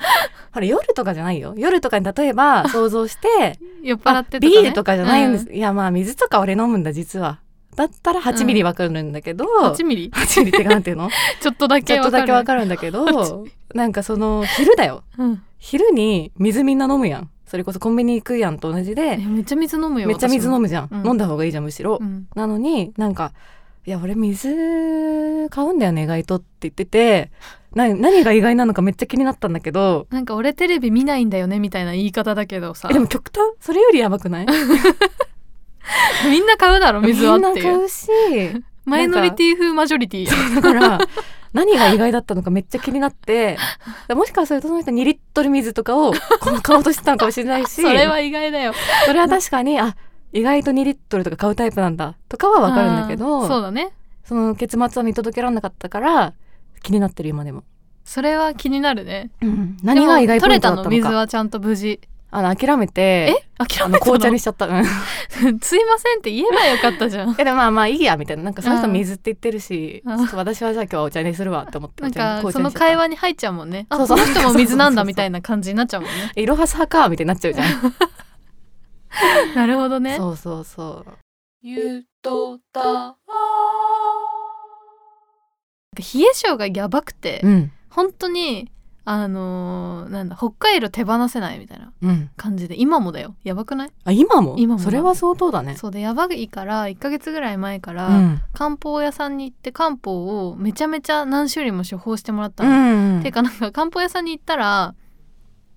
[SPEAKER 2] ほら夜とかじゃないよ夜とかに例え ば想像して
[SPEAKER 1] 酔っ払ってとか、ね、
[SPEAKER 2] ビールとかじゃないんです、
[SPEAKER 1] う
[SPEAKER 2] いやまあ水とか俺飲むんだ実は。だったら8ミリわかるんだけど、
[SPEAKER 1] 8ミリ
[SPEAKER 2] 8ミリってなんていうの
[SPEAKER 1] ちょっとだ
[SPEAKER 2] ち
[SPEAKER 1] け
[SPEAKER 2] ょ
[SPEAKER 1] わ
[SPEAKER 2] っと
[SPEAKER 1] か
[SPEAKER 2] だ
[SPEAKER 1] る
[SPEAKER 2] けわかるんだけど、なんかその、昼だよ。
[SPEAKER 1] うん
[SPEAKER 2] 昼に水みんな飲むやん。それこそコンビニ行くやんと同じ
[SPEAKER 1] え
[SPEAKER 2] で、
[SPEAKER 1] めっちゃ水飲むよ
[SPEAKER 2] めっちゃ水飲
[SPEAKER 1] む
[SPEAKER 2] むじゃん。
[SPEAKER 1] うん
[SPEAKER 2] 飲んだ方がいいじゃん、むしろ。
[SPEAKER 1] うん
[SPEAKER 2] なのに、なんか、いや、俺水買うんだよね、意外とって言ってて、な何が意外なのかめっちゃ気になったんだけど、
[SPEAKER 1] なんか俺テレビ見ないんだよねみたいな言い方だけどさ
[SPEAKER 2] えでも極端それよりやばくない
[SPEAKER 1] みんな買うだろ 水は
[SPEAKER 2] みん
[SPEAKER 1] っ
[SPEAKER 2] な
[SPEAKER 1] て
[SPEAKER 2] 買
[SPEAKER 1] いう
[SPEAKER 2] うし、
[SPEAKER 1] マイノリティ風マジョリテ ィや
[SPEAKER 2] だから、何が意外だったのかめっちゃ気になって、もしかするとその人2リットル水とかをこの買おうとしてたのかもしれない
[SPEAKER 1] そ
[SPEAKER 2] し、
[SPEAKER 1] れは意外だよ
[SPEAKER 2] それは確かに、あ、意外と2リットルとか買うタイプなんだとかはわかるんだけ
[SPEAKER 1] う
[SPEAKER 2] ど、
[SPEAKER 1] そうだね
[SPEAKER 2] その結末は見届けられなかったから、気になってる今でも。
[SPEAKER 1] それは気になるね
[SPEAKER 2] 何が意外
[SPEAKER 1] でも
[SPEAKER 2] ポ
[SPEAKER 1] 取
[SPEAKER 2] イン
[SPEAKER 1] れ
[SPEAKER 2] ト
[SPEAKER 1] た
[SPEAKER 2] だった
[SPEAKER 1] の
[SPEAKER 2] の
[SPEAKER 1] 水
[SPEAKER 2] か。
[SPEAKER 1] はちゃんと無事
[SPEAKER 2] あの、諦め
[SPEAKER 1] え
[SPEAKER 2] て、
[SPEAKER 1] 諦
[SPEAKER 2] あ
[SPEAKER 1] め
[SPEAKER 2] の、
[SPEAKER 1] たの
[SPEAKER 2] 紅茶にしちゃった。 うん。い
[SPEAKER 1] すいませんって言えばよかったじ ゃん
[SPEAKER 2] や、でもまあまあいいや、みたいな。なんかその人
[SPEAKER 1] うん
[SPEAKER 2] 水って言ってるし、ち
[SPEAKER 1] あ
[SPEAKER 2] ょっと私はじゃあ今日はお茶にするわって思って、
[SPEAKER 1] なん
[SPEAKER 2] お茶
[SPEAKER 1] か
[SPEAKER 2] に
[SPEAKER 1] その会。
[SPEAKER 2] 紅茶にしちゃっ
[SPEAKER 1] 話に入っちゃうもんねあ
[SPEAKER 2] そ
[SPEAKER 1] こ
[SPEAKER 2] うそう
[SPEAKER 1] の人も水なん
[SPEAKER 2] そうそうそう
[SPEAKER 1] だみたいな感じになっちゃう もんね
[SPEAKER 2] たいろはすはかみたいになっちゃうじゃん。
[SPEAKER 1] なるほど ね
[SPEAKER 2] そうそうそう。
[SPEAKER 1] 冷え性がやばくて
[SPEAKER 2] うん。
[SPEAKER 1] 本当にあのーなんだ北海道手放せないみたいな
[SPEAKER 2] うん。
[SPEAKER 1] 感じで今もだよやばくない、
[SPEAKER 2] あ、今も
[SPEAKER 1] 今も
[SPEAKER 2] それは相当だね。
[SPEAKER 1] そうでやばいから1ヶ月ぐらい前から、
[SPEAKER 2] うん。
[SPEAKER 1] 漢方屋さんに行って漢方をめちゃめちゃ何種類も処方してもらった
[SPEAKER 2] う
[SPEAKER 1] の、
[SPEAKER 2] ん。
[SPEAKER 1] てかなんか漢方屋さんに行ったら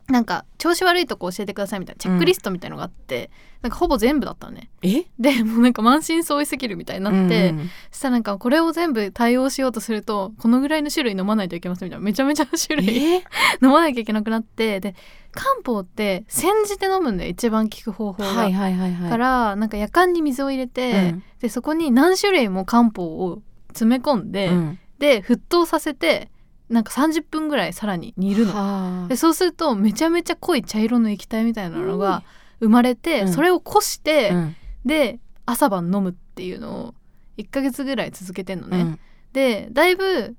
[SPEAKER 1] なんか調子悪いとこ教えてくださいみたいなチェックリストみたいのがあって、なんかほぼ全部だったのね
[SPEAKER 2] え
[SPEAKER 1] でもうなんか満身創痍すぎるみたいになって、
[SPEAKER 2] うんうん
[SPEAKER 1] そしたらなんかこれを全部対応しようとするとこのぐらいの種類飲まないといけませんみたいなめちゃめちゃな種類
[SPEAKER 2] え
[SPEAKER 1] 飲まなきゃいけなくなってで漢方って煎じて飲むんだよ一番効く方法が。
[SPEAKER 2] はいはいはいはい。
[SPEAKER 1] からなんか夜間に水を入れて、
[SPEAKER 2] うん
[SPEAKER 1] でそこに何種類も漢方を詰め込んで、
[SPEAKER 2] うん
[SPEAKER 1] で沸騰させてなんか30分ぐらいさらに煮るの。
[SPEAKER 2] はあ
[SPEAKER 1] でそうするとめちゃめちゃ濃い茶色の液体みたいなのが生まれて、
[SPEAKER 2] うん
[SPEAKER 1] それをこして、
[SPEAKER 2] うん
[SPEAKER 1] で朝晩飲むっていうのを1ヶ月ぐらい続けてんのね、
[SPEAKER 2] うん
[SPEAKER 1] でだいぶ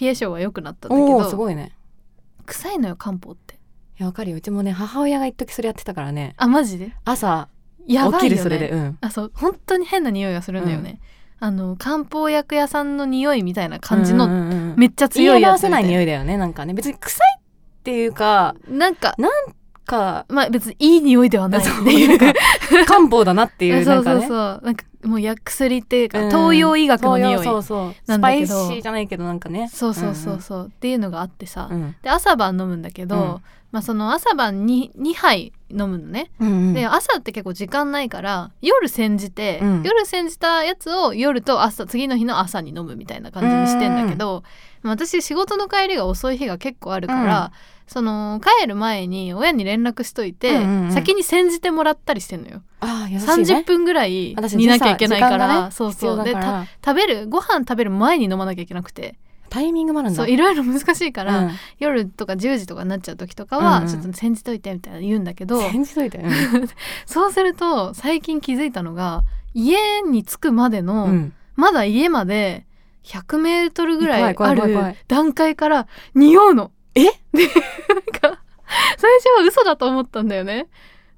[SPEAKER 1] 冷え性は良くなったんだけ
[SPEAKER 2] おーす
[SPEAKER 1] ど
[SPEAKER 2] ごいね。
[SPEAKER 1] 臭いのよ漢方って
[SPEAKER 2] いやわかるよ。うちもね母親が一時それやってたからね。
[SPEAKER 1] あマジで
[SPEAKER 2] 朝
[SPEAKER 1] やば
[SPEAKER 2] 起
[SPEAKER 1] いよ、ね、
[SPEAKER 2] きるそれでうん。
[SPEAKER 1] あそう本当に変な匂いがするんだよね、あの漢方薬屋さんの匂いみたいな感じの
[SPEAKER 2] の
[SPEAKER 1] めっちゃ強
[SPEAKER 2] 強
[SPEAKER 1] い
[SPEAKER 2] い
[SPEAKER 1] や
[SPEAKER 2] 合
[SPEAKER 1] つ
[SPEAKER 2] せ
[SPEAKER 1] み
[SPEAKER 2] な
[SPEAKER 1] た
[SPEAKER 2] い
[SPEAKER 1] いな
[SPEAKER 2] 匂いだよねなんかね別に臭いっていうか
[SPEAKER 1] なんか
[SPEAKER 2] か
[SPEAKER 1] まあ別にいい匂いではないって
[SPEAKER 2] そう
[SPEAKER 1] いう
[SPEAKER 2] なんか漢方だなっていう
[SPEAKER 1] そ
[SPEAKER 2] な
[SPEAKER 1] うんそ
[SPEAKER 2] か
[SPEAKER 1] う
[SPEAKER 2] ね
[SPEAKER 1] そうなんかもう薬薬っていうか、
[SPEAKER 2] うん
[SPEAKER 1] 東洋医学の匂い
[SPEAKER 2] そ
[SPEAKER 1] そう
[SPEAKER 2] うそうそう
[SPEAKER 1] なん
[SPEAKER 2] ス
[SPEAKER 1] だ
[SPEAKER 2] パ
[SPEAKER 1] け
[SPEAKER 2] イ
[SPEAKER 1] ど
[SPEAKER 2] シーじゃないけどなんかね
[SPEAKER 1] そうそうそうっていうのがあってさ、
[SPEAKER 2] うん
[SPEAKER 1] で朝晩飲むんだけど、
[SPEAKER 2] うん
[SPEAKER 1] まあ、その朝晩に2杯飲むのね、
[SPEAKER 2] うんうん
[SPEAKER 1] で朝って結構時間ないから夜煎じて、
[SPEAKER 2] うん
[SPEAKER 1] 夜煎じたやつを夜と朝次の日の朝に飲むみたいな感じにしてんだけど、まあ私仕事の帰りが遅い日が結構あるから、
[SPEAKER 2] うん
[SPEAKER 1] その帰る前に親に連絡しといて、
[SPEAKER 2] うんうんうん
[SPEAKER 1] 先に煎じてもらったりしてんのよ。
[SPEAKER 2] ああ優しい
[SPEAKER 1] 30
[SPEAKER 2] ね
[SPEAKER 1] 分ぐらい
[SPEAKER 2] 私
[SPEAKER 1] 煮なきゃいけないか
[SPEAKER 2] 時差時間
[SPEAKER 1] ら、
[SPEAKER 2] がね
[SPEAKER 1] そう
[SPEAKER 2] 必
[SPEAKER 1] そ
[SPEAKER 2] 要
[SPEAKER 1] う
[SPEAKER 2] だ
[SPEAKER 1] で
[SPEAKER 2] か
[SPEAKER 1] た
[SPEAKER 2] ら
[SPEAKER 1] 食べるご飯食べる前に飲まなきゃいけなくて
[SPEAKER 2] タイミングもあるんだ
[SPEAKER 1] そういろいろ難しいから、
[SPEAKER 2] うん
[SPEAKER 1] 夜とか10時とかになっちゃう時とか
[SPEAKER 2] うん
[SPEAKER 1] は
[SPEAKER 2] うん
[SPEAKER 1] ちょっと煎じといてみたいな言うんだけ ど、
[SPEAKER 2] 返事といてうん
[SPEAKER 1] そうすると最近気づいたのが家に着くまでの、
[SPEAKER 2] うん
[SPEAKER 1] まだ家まで100メートルぐらい
[SPEAKER 2] 怖
[SPEAKER 1] あ
[SPEAKER 2] い怖い怖い怖い
[SPEAKER 1] る段階から匂うの。
[SPEAKER 2] え
[SPEAKER 1] でなんか最初は嘘だと思ったんだよね。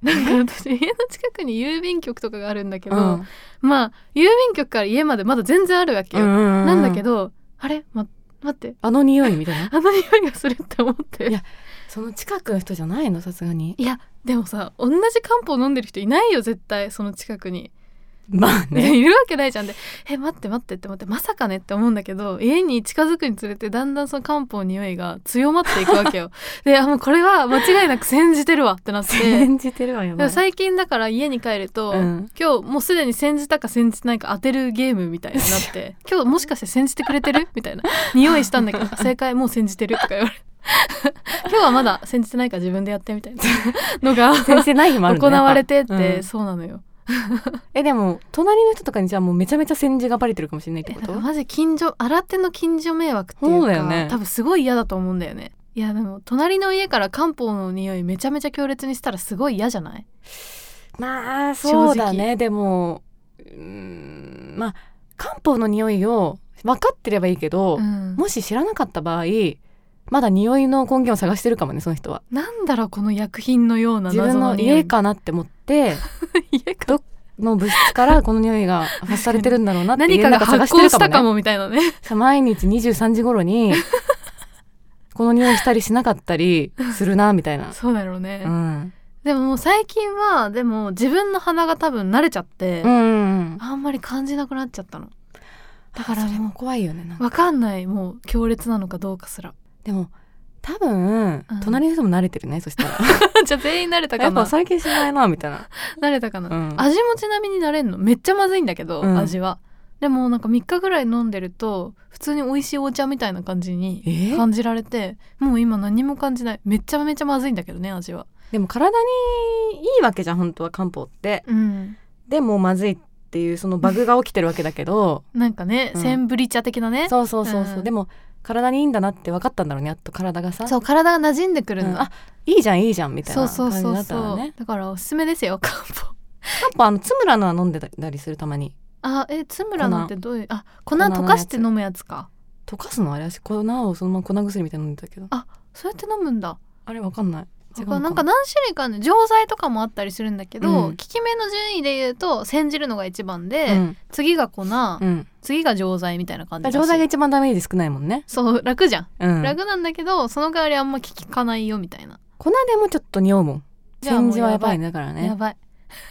[SPEAKER 1] なんか私家の近くに郵便局とかがあるんだけど、
[SPEAKER 2] うん
[SPEAKER 1] まあ郵便局から家までまだ全然あるわけ
[SPEAKER 2] う
[SPEAKER 1] よ。
[SPEAKER 2] んうんうん
[SPEAKER 1] なんだけどあれ、ま、待って
[SPEAKER 2] あの匂いみたいな
[SPEAKER 1] あの匂いがするって思って。
[SPEAKER 2] いやその近くの人じゃないのさすがに
[SPEAKER 1] いやでもさ同じ漢方飲んでる人いないよ絶対その近くに、
[SPEAKER 2] まあ ね
[SPEAKER 1] いるわけないじゃんで「え待って待って」って思ってまさかねって思うんだけど家に近づくにつれてだんだんその漢方の匂いが強まっていくわけ よであもうこれは間違いなく煎じてるわってな って
[SPEAKER 2] 返事てるわよ
[SPEAKER 1] でも最近だから家に帰ると、
[SPEAKER 2] うん
[SPEAKER 1] 今日もうすでに煎じたか煎じてないか当てるゲームみたいになって 今日もしかして煎じてくれてるみたいな匂いしたんだけど正解もう煎じてるとか言われて 今日はまだ煎じてないから自分でやってみたいなの が
[SPEAKER 2] 先生ない日もあるんだ
[SPEAKER 1] 行
[SPEAKER 2] ねやぱ
[SPEAKER 1] われてって、
[SPEAKER 2] うん
[SPEAKER 1] そうなのよ
[SPEAKER 2] えでも隣の人とかにじゃあもうめちゃめちゃ煎じがバレてるかもしれないって
[SPEAKER 1] え
[SPEAKER 2] こ
[SPEAKER 1] だか
[SPEAKER 2] と
[SPEAKER 1] らマジ近所新手の近所迷惑っていう
[SPEAKER 2] そうだ
[SPEAKER 1] か
[SPEAKER 2] よね
[SPEAKER 1] 多分すごい嫌だと思うんだよねいやでも隣の家から漢方の匂いめちゃめちゃ強烈にしたらすごい嫌じゃない
[SPEAKER 2] まあ
[SPEAKER 1] 正
[SPEAKER 2] そ
[SPEAKER 1] 直
[SPEAKER 2] うだねでもうーんまあ漢方の匂いを分かってればいいけど、
[SPEAKER 1] うん
[SPEAKER 2] もし知らなかった場合まだ匂いの根源を探してるかもねその人は
[SPEAKER 1] なんだろうこの薬品のような
[SPEAKER 2] 自
[SPEAKER 1] 謎
[SPEAKER 2] 分
[SPEAKER 1] の
[SPEAKER 2] の
[SPEAKER 1] 匂い
[SPEAKER 2] 家かなって思って
[SPEAKER 1] 家か
[SPEAKER 2] の物質からこの匂いが発されてるんだろうなって
[SPEAKER 1] 何
[SPEAKER 2] 家
[SPEAKER 1] か
[SPEAKER 2] の
[SPEAKER 1] が
[SPEAKER 2] 中探
[SPEAKER 1] 発
[SPEAKER 2] して
[SPEAKER 1] 酵
[SPEAKER 2] る
[SPEAKER 1] し
[SPEAKER 2] かも
[SPEAKER 1] た
[SPEAKER 2] ね
[SPEAKER 1] かもみたいなね
[SPEAKER 2] さ毎日23時頃にこの匂いしたりしなかったりするなみたいな、
[SPEAKER 1] そうだろうね、
[SPEAKER 2] うん、
[SPEAKER 1] でももう最近はでも自分の鼻が多分慣れちゃって、
[SPEAKER 2] うんうんうん
[SPEAKER 1] あんまり感じなくなっちゃったのだから
[SPEAKER 2] それ
[SPEAKER 1] も
[SPEAKER 2] も怖いよねなん
[SPEAKER 1] う
[SPEAKER 2] か
[SPEAKER 1] わかんないもう強烈なのかどうかすら
[SPEAKER 2] でも多分、
[SPEAKER 1] うん
[SPEAKER 2] 隣の人も慣れてるねそし たら
[SPEAKER 1] じゃあ全員慣れた
[SPEAKER 2] や
[SPEAKER 1] か
[SPEAKER 2] っぱ
[SPEAKER 1] な
[SPEAKER 2] 最近しないなみたいな、
[SPEAKER 1] 慣れたかな、
[SPEAKER 2] うん
[SPEAKER 1] 味もちなみになれんのめっちゃまずいんだけど、
[SPEAKER 2] うん
[SPEAKER 1] 味はでもなんか3日ぐらい飲んでると普通に美味しいお茶みたいな感じ
[SPEAKER 2] え
[SPEAKER 1] に
[SPEAKER 2] ー
[SPEAKER 1] 感じられてもう今何も感じないめちゃめちゃまずいんだけどね味は
[SPEAKER 2] でも体にいいわけじゃん本当は漢方って
[SPEAKER 1] うん
[SPEAKER 2] でもまずいっていうそのバグが起きてるわけだけど
[SPEAKER 1] なんかね、
[SPEAKER 2] うん
[SPEAKER 1] センブリ茶的なね
[SPEAKER 2] そうそうそうそう、
[SPEAKER 1] うん
[SPEAKER 2] でも体にいいんだなって分かったんだろうねやっと体がさ
[SPEAKER 1] そう体が馴染んでくる
[SPEAKER 2] うんん
[SPEAKER 1] だ、
[SPEAKER 2] あいいじゃんいいじゃんみたい
[SPEAKER 1] そう
[SPEAKER 2] な
[SPEAKER 1] そ
[SPEAKER 2] 感
[SPEAKER 1] う
[SPEAKER 2] じ
[SPEAKER 1] そ
[SPEAKER 2] だ
[SPEAKER 1] う
[SPEAKER 2] った
[SPEAKER 1] そ
[SPEAKER 2] ら
[SPEAKER 1] う、
[SPEAKER 2] ね
[SPEAKER 1] だからおすすめですよ漢 方
[SPEAKER 2] 漢方あのつむらのは飲んでたりするたまに
[SPEAKER 1] あえつむらのってどういうあ粉
[SPEAKER 2] 粉のやつ
[SPEAKER 1] 溶かして飲むやつか
[SPEAKER 2] 溶かすのあれ私粉をそのまま粉薬みたいに飲んでたけど
[SPEAKER 1] あそうやって飲むんだ
[SPEAKER 2] あれ分かんない違うの
[SPEAKER 1] なんか何種類かね錠剤とかもあったりするんだけど、
[SPEAKER 2] うん
[SPEAKER 1] 効き目の順位で言うと煎じるのが一番で、
[SPEAKER 2] うん
[SPEAKER 1] 次が粉、
[SPEAKER 2] うん
[SPEAKER 1] 次が錠剤みたいな感じだし
[SPEAKER 2] 錠剤が一番ダメージ少ないもんね、
[SPEAKER 1] そう楽じゃん、
[SPEAKER 2] うん、
[SPEAKER 1] 楽なんだけどその代わりあんま効かないよみたいな、
[SPEAKER 2] 粉でもちょっと匂うもん
[SPEAKER 1] じゃあも
[SPEAKER 2] 煎
[SPEAKER 1] う
[SPEAKER 2] じはやばいねだから
[SPEAKER 1] や
[SPEAKER 2] ね
[SPEAKER 1] ばい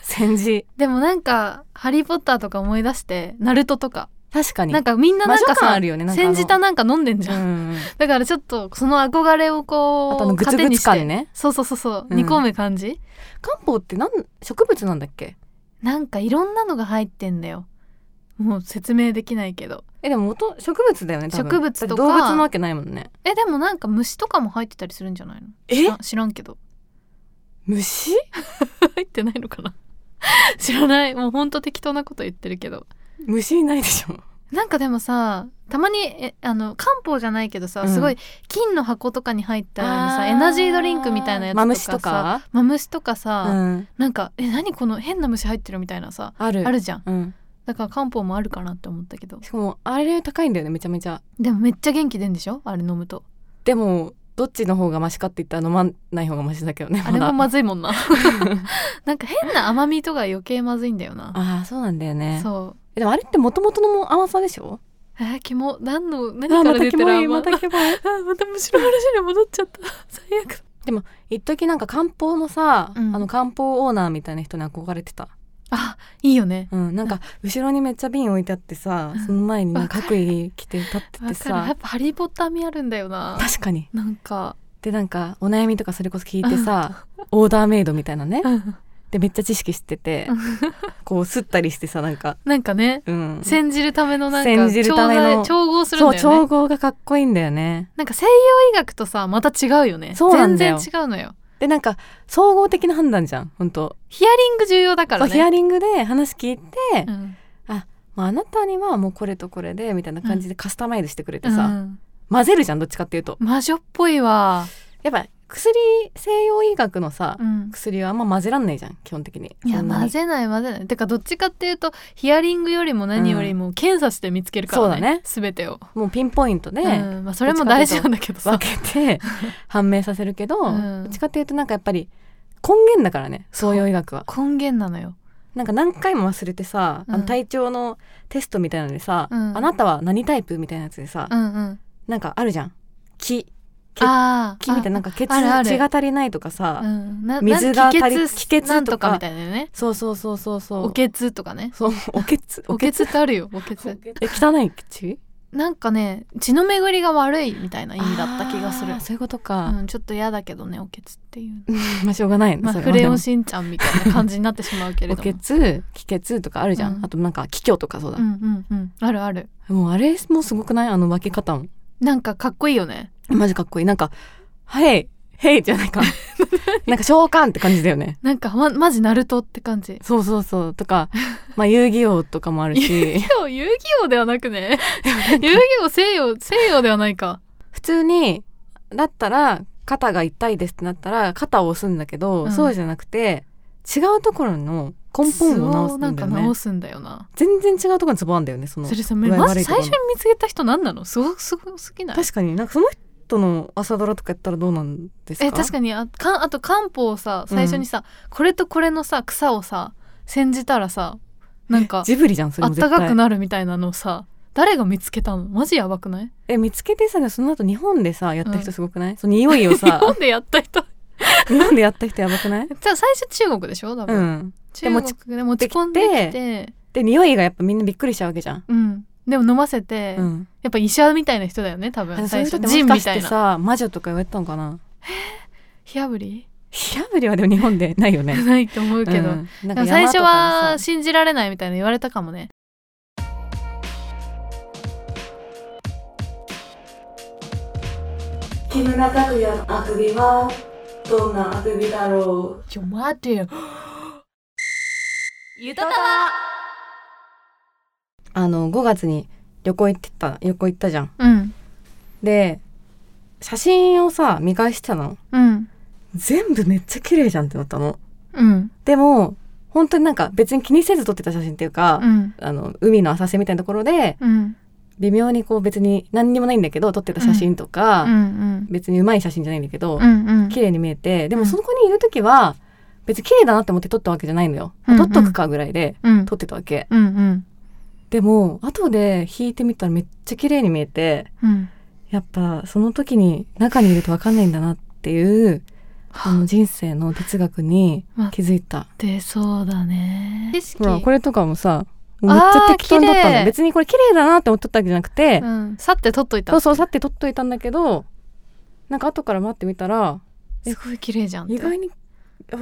[SPEAKER 2] 煎じ
[SPEAKER 1] でもなんか「ハリー・ポッター」とか思い出して「ナルト」とか
[SPEAKER 2] 確かに
[SPEAKER 1] なんかみんななんか
[SPEAKER 2] 魔女感
[SPEAKER 1] さ
[SPEAKER 2] あるよねなんかあの
[SPEAKER 1] 煎じたなんか飲んでんじゃん、
[SPEAKER 2] うん
[SPEAKER 1] だからちょっとその憧れをこ
[SPEAKER 2] あとあ
[SPEAKER 1] う
[SPEAKER 2] のグツグツ感ね
[SPEAKER 1] そうそうそうそう、
[SPEAKER 2] うん
[SPEAKER 1] 煮込む感じ
[SPEAKER 2] 漢方ってなん植物なんだっけ
[SPEAKER 1] なんかいろんなのが入ってんだよもう説明できないけど
[SPEAKER 2] えでも元植物だよね多分
[SPEAKER 1] 植物とか
[SPEAKER 2] だって動物なわけないもんね
[SPEAKER 1] えでもなんか虫とかも入ってたりするんじゃないの
[SPEAKER 2] え
[SPEAKER 1] 知らん知らんけど
[SPEAKER 2] 虫
[SPEAKER 1] 入ってないのかな 知らないもうほんと適当なこと言ってるけど
[SPEAKER 2] 虫いないでしょ
[SPEAKER 1] なんかでもさたまにえあの漢方じゃないけどさ、
[SPEAKER 2] うん
[SPEAKER 1] すごい金の箱とかに入ったような
[SPEAKER 2] あ
[SPEAKER 1] さ
[SPEAKER 2] ー
[SPEAKER 1] エナジードリンクみたいなやつとかさ
[SPEAKER 2] マムシとか
[SPEAKER 1] マムシとか
[SPEAKER 2] う
[SPEAKER 1] さ、
[SPEAKER 2] ん
[SPEAKER 1] なんかえ何この変な虫入ってるみたいなさ
[SPEAKER 2] ある
[SPEAKER 1] あるじゃん
[SPEAKER 2] うん
[SPEAKER 1] だから漢方もあるかなって思ったけど
[SPEAKER 2] しかもあれ高いんだよねめちゃめちゃ
[SPEAKER 1] でもめっちゃ元気出んでしょあれ飲むと
[SPEAKER 2] でもどっちの方がマシかって言ったら飲まない方がマシだけどね
[SPEAKER 1] あれも
[SPEAKER 2] まだ
[SPEAKER 1] まずいもんな なんか変な甘みとか余計まずいんだよな
[SPEAKER 2] ああそうなんだよね
[SPEAKER 1] そう
[SPEAKER 2] えでもあれってもともとの甘さでしょ
[SPEAKER 1] えー、キモ何の何
[SPEAKER 2] あ
[SPEAKER 1] か
[SPEAKER 2] ーま
[SPEAKER 1] ら
[SPEAKER 2] た
[SPEAKER 1] 出
[SPEAKER 2] キ
[SPEAKER 1] て
[SPEAKER 2] モ
[SPEAKER 1] る甘
[SPEAKER 2] いまたキモ い
[SPEAKER 1] あまた虫の話に戻っちゃっ た最悪だ
[SPEAKER 2] 一時なんか漢方のさ、
[SPEAKER 1] うん
[SPEAKER 2] あの漢方オーナーみたいな人に憧れてた、
[SPEAKER 1] あいいよね
[SPEAKER 2] うん、なんか後ろにめっちゃ瓶置いてあってさ
[SPEAKER 1] うん
[SPEAKER 2] その前にね
[SPEAKER 1] わかる
[SPEAKER 2] 各位着て立って
[SPEAKER 1] わか
[SPEAKER 2] て
[SPEAKER 1] るや
[SPEAKER 2] さ
[SPEAKER 1] っぱハリー・ポッター味あるんだよな
[SPEAKER 2] 確かに
[SPEAKER 1] なんか
[SPEAKER 2] でなんかお悩みとかそれこそ聞いてさオーダーメイドみたいなねでめっちゃ知識知ってて
[SPEAKER 1] うん
[SPEAKER 2] こう吸ったりしてさなんか
[SPEAKER 1] なんかね
[SPEAKER 2] うん
[SPEAKER 1] 煎じるためのなん
[SPEAKER 2] 煎
[SPEAKER 1] か
[SPEAKER 2] じる
[SPEAKER 1] 調
[SPEAKER 2] ための
[SPEAKER 1] 剤調合するん
[SPEAKER 2] そう
[SPEAKER 1] だよね
[SPEAKER 2] 調合がかっこいいんだよね
[SPEAKER 1] なんか西洋医学とさまた違うよね
[SPEAKER 2] そうなんだよ
[SPEAKER 1] 全然違うのよ
[SPEAKER 2] でなんか総合的な判断じゃん本当
[SPEAKER 1] ヒアリング重要だから
[SPEAKER 2] そう
[SPEAKER 1] ね
[SPEAKER 2] ヒアリングで話聞いて、
[SPEAKER 1] うん
[SPEAKER 2] まあ、あなたにはもうこれとこれでみたいな感じでカスタマイズしてくれて
[SPEAKER 1] う
[SPEAKER 2] さ、
[SPEAKER 1] ん
[SPEAKER 2] 混ぜるじゃんどっちかっていうと
[SPEAKER 1] 魔女っぽいわ、
[SPEAKER 2] やっぱ薬西洋医学のさ、
[SPEAKER 1] うん、
[SPEAKER 2] 薬はあんま混ぜらんないじゃん基本的に
[SPEAKER 1] いや
[SPEAKER 2] そんなに
[SPEAKER 1] 混ぜない混ぜないてかどっちかっていうとヒアリングよりも何よりも検査して見つけるからね,、
[SPEAKER 2] そうだね
[SPEAKER 1] 全てを、
[SPEAKER 2] もうピンポイントで
[SPEAKER 1] うんまあ、それも大事なんだけど
[SPEAKER 2] 分
[SPEAKER 1] さ
[SPEAKER 2] けて判明させるけど、
[SPEAKER 1] うん
[SPEAKER 2] どっちかっていうとなんかやっぱり根源だからね西洋医学は
[SPEAKER 1] 根源なのよ
[SPEAKER 2] なんか何回も忘れてさ、あ
[SPEAKER 1] う
[SPEAKER 2] の
[SPEAKER 1] ん
[SPEAKER 2] 体調のテストみたいなのでさ、
[SPEAKER 1] うん
[SPEAKER 2] あなたは何タイプみたいなやつでさ、
[SPEAKER 1] うんうん
[SPEAKER 2] なんかあるじゃん気け
[SPEAKER 1] あー
[SPEAKER 2] 気みたいななん
[SPEAKER 1] あ
[SPEAKER 2] か血
[SPEAKER 1] あるある
[SPEAKER 2] 血が足りないとかさ、
[SPEAKER 1] うん、な
[SPEAKER 2] 水が足り
[SPEAKER 1] なん
[SPEAKER 2] 気血とか
[SPEAKER 1] なんとかみたいなね
[SPEAKER 2] そうそうそうそうそう
[SPEAKER 1] おけつとかね
[SPEAKER 2] そう おけつ
[SPEAKER 1] おけつってあるよおけつ
[SPEAKER 2] え汚い口
[SPEAKER 1] なんかね血の巡りが悪いみたいな意味だった気がする
[SPEAKER 2] あーそういうことか、
[SPEAKER 1] うん、ちょっと嫌だけどねおけつっていう
[SPEAKER 2] まあしょうがないね
[SPEAKER 1] まあ
[SPEAKER 2] それ
[SPEAKER 1] ク
[SPEAKER 2] はね
[SPEAKER 1] レヨンしんちゃんみたいな感じになってしまうけれ
[SPEAKER 2] お
[SPEAKER 1] ども
[SPEAKER 2] けつ気血とかあるじゃん、
[SPEAKER 1] うん
[SPEAKER 2] あとなんか気虚とかそうだ
[SPEAKER 1] う、んうんうんあるある
[SPEAKER 2] もうあれもすごくないあの分け方も
[SPEAKER 1] なんかかっこいいよね
[SPEAKER 2] マジかっこいいなんか「はいへい」じゃない かなんか召喚って感じだよね
[SPEAKER 1] なんかまマジナルトって 感じ
[SPEAKER 2] そうそうそうとかまあ遊戯王とかもあるし
[SPEAKER 1] 今 日遊戯王ではなくね遊戯王西洋西洋ではないか
[SPEAKER 2] 普通にだったら肩が痛いですってなったら肩を押すんだけど、
[SPEAKER 1] うん
[SPEAKER 2] そうじゃなくて違うところの根本を直すん
[SPEAKER 1] なん
[SPEAKER 2] だ
[SPEAKER 1] か
[SPEAKER 2] よね
[SPEAKER 1] 直すんだよな
[SPEAKER 2] 全然違うところにツボあんだよねその
[SPEAKER 1] それさ
[SPEAKER 2] 具合
[SPEAKER 1] マ
[SPEAKER 2] 悪
[SPEAKER 1] ジ
[SPEAKER 2] いとこ
[SPEAKER 1] 最
[SPEAKER 2] ろ
[SPEAKER 1] 初に見つけた人何なのすごすごすぎない
[SPEAKER 2] 確かになんかその人の朝ドラとかやったらどうなんですか
[SPEAKER 1] え確かにあかんあと漢方をさ最初にさ、これとこれのさ草をさ煎じたらさなんか
[SPEAKER 2] ジブリじゃんそれ
[SPEAKER 1] あ
[SPEAKER 2] も
[SPEAKER 1] っ
[SPEAKER 2] 絶
[SPEAKER 1] た
[SPEAKER 2] 対
[SPEAKER 1] かくなるみたいなのさ誰が見つけたのマジやばくない
[SPEAKER 2] え見つけてさその後日本でさやった人すごくない、その匂 いを
[SPEAKER 1] 日本
[SPEAKER 2] さ
[SPEAKER 1] でやった人
[SPEAKER 2] 日本でやった人やばくない
[SPEAKER 1] じゃあ最初中国でしょ多分、
[SPEAKER 2] うん
[SPEAKER 1] 中国で持ち込んできて
[SPEAKER 2] で持ちで匂いがやっぱみんなびっくりしちゃうわけじゃん、
[SPEAKER 1] うん、でも飲ませて、
[SPEAKER 2] うん、
[SPEAKER 1] やっぱ医者みたいな人だよね多
[SPEAKER 2] あ
[SPEAKER 1] 分
[SPEAKER 2] そうい
[SPEAKER 1] 最
[SPEAKER 2] う
[SPEAKER 1] 初
[SPEAKER 2] 人っても
[SPEAKER 1] ジ
[SPEAKER 2] し
[SPEAKER 1] ン
[SPEAKER 2] か
[SPEAKER 1] み
[SPEAKER 2] したて
[SPEAKER 1] いな
[SPEAKER 2] さ魔女とか言われたのかな
[SPEAKER 1] 火あぶり
[SPEAKER 2] 火炙りはでも日本でないよね
[SPEAKER 1] ないと思うけど、
[SPEAKER 2] うんな
[SPEAKER 1] で
[SPEAKER 2] んか
[SPEAKER 1] も最
[SPEAKER 2] 山と
[SPEAKER 1] 初
[SPEAKER 2] か
[SPEAKER 1] は
[SPEAKER 2] でさ
[SPEAKER 1] 信じられないみたいな言われたかもね
[SPEAKER 4] 木村拓哉のあくびはどんなあくびだろう
[SPEAKER 1] ちょ待てよ
[SPEAKER 3] ゆとたわ
[SPEAKER 2] あの5月に旅行行ってた旅行行ったじゃん
[SPEAKER 1] うん
[SPEAKER 2] で写真をさ見返してたの
[SPEAKER 1] うん
[SPEAKER 2] 全部めっちゃ綺麗じゃんってなったの
[SPEAKER 1] うん
[SPEAKER 2] でも本当になんか別に気にせず撮ってた写真っていうか、
[SPEAKER 1] うん
[SPEAKER 2] あの海の浅瀬みたいなところで
[SPEAKER 1] うん
[SPEAKER 2] 微妙にこう別に何にもないんだけど撮ってた写真とか、
[SPEAKER 1] うん
[SPEAKER 2] 別にうまい写真じゃないんだけど、
[SPEAKER 1] うんうん
[SPEAKER 2] 綺麗に見えてでも
[SPEAKER 1] うん
[SPEAKER 2] そこにいる時は別に綺麗だなって思って撮ったわけじゃないのよ、
[SPEAKER 1] うんうん
[SPEAKER 2] 撮っとくかぐらいで
[SPEAKER 1] うん
[SPEAKER 2] 撮ってたわけ、
[SPEAKER 1] うんうん
[SPEAKER 2] でも後で弾いてみたらめっちゃ綺麗に見えて
[SPEAKER 1] うん
[SPEAKER 2] やっぱその時に中にいると分かんないんだなっていうあの人生の哲学に気づいた
[SPEAKER 1] でそうだね景
[SPEAKER 2] ほら
[SPEAKER 1] 色
[SPEAKER 2] これとかもさめっちゃ
[SPEAKER 1] あー
[SPEAKER 2] 適当に撮った
[SPEAKER 1] 綺
[SPEAKER 2] の
[SPEAKER 1] 麗
[SPEAKER 2] 別にこれ綺麗だなって思っとったわけじゃなくて、
[SPEAKER 1] うん、去って取っといた
[SPEAKER 2] そうそうさって撮っといたんだけどなんか後から待ってみたら
[SPEAKER 1] すごい綺麗じゃんって
[SPEAKER 2] 意外に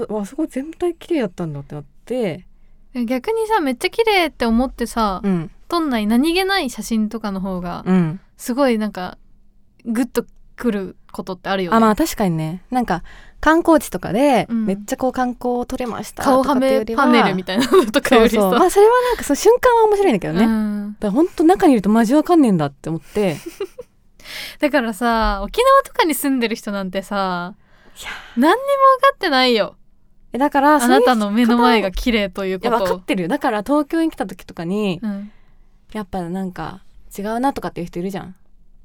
[SPEAKER 2] ああそこ全体綺麗だったんだってなって、
[SPEAKER 1] え逆にさめっちゃ綺麗って思ってさ、
[SPEAKER 2] うん
[SPEAKER 1] 撮んない何気ない写真とかの方が
[SPEAKER 2] うん、
[SPEAKER 1] すごいなんかグッとくることってあるよね
[SPEAKER 2] あまあ確かにねなんか観光地とかで、
[SPEAKER 1] うん
[SPEAKER 2] めっちゃこう観光撮れました
[SPEAKER 1] 顔はめパネルみ
[SPEAKER 2] い
[SPEAKER 1] たいなのとかよりさ
[SPEAKER 2] そうそうまあそれはなんかその瞬間は面白いんだけどね、
[SPEAKER 1] う
[SPEAKER 2] だか
[SPEAKER 1] ん
[SPEAKER 2] ら本当中にいるとマジわかんねえんだって思って
[SPEAKER 1] だからさ沖縄とかに住んでる人なんてさ何にも分かってないよ
[SPEAKER 2] えだから
[SPEAKER 1] あなた
[SPEAKER 2] そういう
[SPEAKER 1] の目の前が綺麗という
[SPEAKER 2] いや
[SPEAKER 1] こ
[SPEAKER 2] 分か
[SPEAKER 1] とを
[SPEAKER 2] ってるよだから東京に来た時とかに、
[SPEAKER 1] うん
[SPEAKER 2] やっぱなんか違うなとかっていう人いるじゃん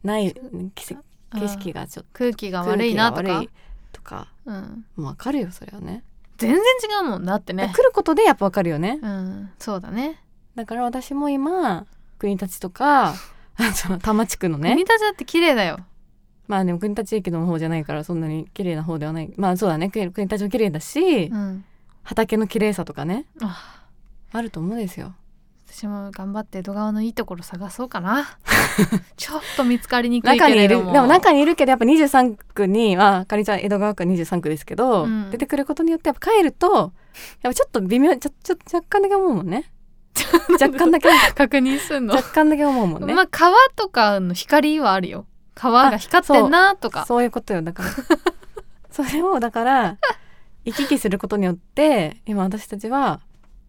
[SPEAKER 2] ない景色
[SPEAKER 1] あー
[SPEAKER 2] 景色がちょっと
[SPEAKER 1] 空気が悪いなと
[SPEAKER 2] 空気が
[SPEAKER 1] か
[SPEAKER 2] 悪いとか
[SPEAKER 1] うん
[SPEAKER 2] もう分かるよそれはね
[SPEAKER 1] 全然違うもんだってね
[SPEAKER 2] 来ることでやっぱ分かるよね、
[SPEAKER 1] うんそうだね
[SPEAKER 2] だから私も今国立とか あと多摩地区のね
[SPEAKER 1] 国立だって綺麗だよ
[SPEAKER 2] まあでも国立駅の方じゃないからそんなに綺麗な方ではないまあそうだね国国立も綺麗だし、
[SPEAKER 1] うん
[SPEAKER 2] 畑の綺麗さとかね
[SPEAKER 1] あ
[SPEAKER 2] あると思うんですよ
[SPEAKER 1] 私も頑張って江戸川のいいところ探そうか なちょっと見つかりにくい
[SPEAKER 2] 中
[SPEAKER 1] け
[SPEAKER 2] に
[SPEAKER 1] れ
[SPEAKER 2] いる
[SPEAKER 1] ど
[SPEAKER 2] で
[SPEAKER 1] も
[SPEAKER 2] も中にいるけどやっぱ23区にああかりちゃん江戸川区23区ですけど、
[SPEAKER 1] うん
[SPEAKER 2] 出てくることによってやっぱ帰るとやっぱちょっと微妙ちょちょ若干だけ思うも んね若干だけ
[SPEAKER 1] 確認すんの
[SPEAKER 2] 若干だけ思うもんね、
[SPEAKER 1] まあ川とかの光はあるよ川が光ってんなとか
[SPEAKER 2] そういうことよだからそれをだから行き来することによって今私たちは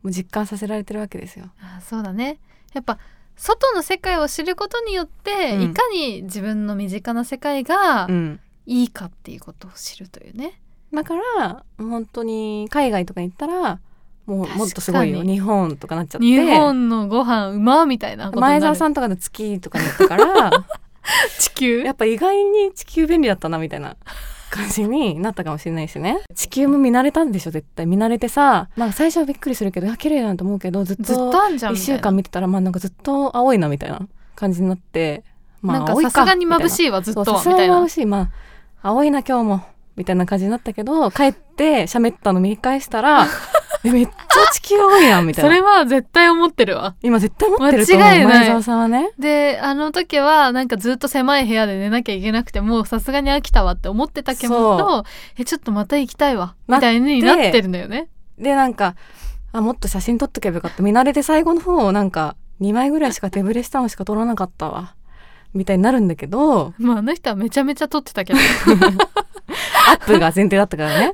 [SPEAKER 2] もう実感させられてるわけですよ。
[SPEAKER 1] あそうだねやっぱ外の世界を知ることによって、
[SPEAKER 2] うん
[SPEAKER 1] いかに自分の身近な世界が
[SPEAKER 2] うん、
[SPEAKER 1] いいかっていうことを知るというね、
[SPEAKER 2] だから本当に海外とかに行ったらもうもっとすごいよ
[SPEAKER 1] 確かに
[SPEAKER 2] 日本とかなっちゃって
[SPEAKER 1] 日本のご飯うまみたいなことにな
[SPEAKER 2] 前
[SPEAKER 1] る
[SPEAKER 2] 澤さんとかの月とかに行ったから
[SPEAKER 1] 地球
[SPEAKER 2] やっぱ意外に地球便利だったなみたいな感じになったかもしれないしね地球も見慣れたんでしょ絶対見慣れてさなんか最初はびっくりするけどあ綺麗だなと思うけどずっと
[SPEAKER 1] ずっとあんじゃん
[SPEAKER 2] 1
[SPEAKER 1] みたい
[SPEAKER 2] 週
[SPEAKER 1] な
[SPEAKER 2] 間見てたらまあなんかずっと青いなみたいな感じになってまあ
[SPEAKER 1] なんか
[SPEAKER 2] 青い
[SPEAKER 1] さすがに眩し
[SPEAKER 2] み
[SPEAKER 1] いわず
[SPEAKER 2] た
[SPEAKER 1] っ
[SPEAKER 2] いな
[SPEAKER 1] と
[SPEAKER 2] そ
[SPEAKER 1] は
[SPEAKER 2] う
[SPEAKER 1] み
[SPEAKER 2] さすが
[SPEAKER 1] たい
[SPEAKER 2] に眩
[SPEAKER 1] な
[SPEAKER 2] しいまあ青いな今日もみたいな感じになったけ ど帰って喋ったの見返したらえめっちゃ地球青いなみたい
[SPEAKER 1] そ
[SPEAKER 2] な
[SPEAKER 1] れは絶対思ってるわ
[SPEAKER 2] 今絶対持ってると思う
[SPEAKER 1] 間違いない
[SPEAKER 2] 前澤さんはね
[SPEAKER 1] であの時はなんかずっと狭い部屋で寝なきゃいけなくてもうさすがに飽きたわって思ってたけ
[SPEAKER 2] そ
[SPEAKER 1] どえちょっとまた行きたいわみたいにな
[SPEAKER 2] なって
[SPEAKER 1] ってるんだよね
[SPEAKER 2] でなんかあもっと写真撮っとけばよかった見慣れて最後の方をなんか2枚ぐらいしか手ぶれしたのしか撮らなかったわみたいになるんだ けど
[SPEAKER 1] まああの人はめちゃめちゃ撮って たけど
[SPEAKER 2] アップが前提だったからね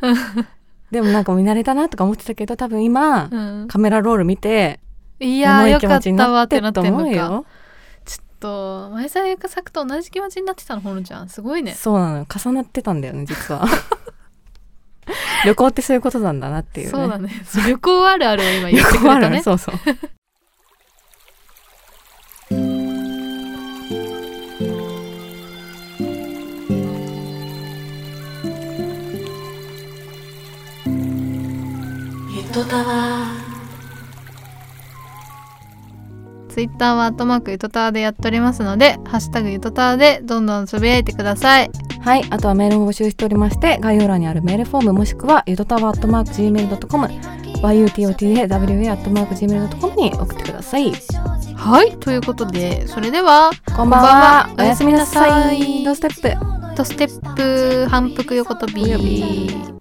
[SPEAKER 2] でもなんか見慣れたなとか思ってたけど多分今、
[SPEAKER 1] うん
[SPEAKER 2] カメラロール見て
[SPEAKER 1] い
[SPEAKER 2] い
[SPEAKER 1] やー
[SPEAKER 2] 重い
[SPEAKER 1] よ
[SPEAKER 2] 気
[SPEAKER 1] か
[SPEAKER 2] 持
[SPEAKER 1] っ
[SPEAKER 2] ちに
[SPEAKER 1] たわ
[SPEAKER 2] な
[SPEAKER 1] っ
[SPEAKER 2] って
[SPEAKER 1] てな
[SPEAKER 2] る
[SPEAKER 1] って
[SPEAKER 2] と
[SPEAKER 1] んの
[SPEAKER 2] 思う
[SPEAKER 1] か
[SPEAKER 2] よ。
[SPEAKER 1] ちょっと前澤友作作と同じ気持ちになってたのほのちゃんすごいね
[SPEAKER 2] そうなのよ重なってたんだよね 実は旅行ってそういうことなんだなっていうね
[SPEAKER 1] そうだね 旅行あるあるを今言
[SPEAKER 2] 旅
[SPEAKER 1] ってく
[SPEAKER 2] 行
[SPEAKER 1] れ
[SPEAKER 2] ある
[SPEAKER 1] た
[SPEAKER 2] ある
[SPEAKER 1] ね
[SPEAKER 2] そうそう
[SPEAKER 4] ゆとたわ
[SPEAKER 1] ツイッターはアットマークゆとたわでやっておりますのでハッシュタグゆとたわでどんどんつぶやいてください
[SPEAKER 2] はいあとはメールを募集しておりまして概要欄にあるメールフォームもしくはゆとたわ .gmail.com yutotawa.gmail.com に送ってください
[SPEAKER 1] はいということでそれでは
[SPEAKER 2] こんばんはおやすみなさいドステップ
[SPEAKER 1] とステップ反復横跳び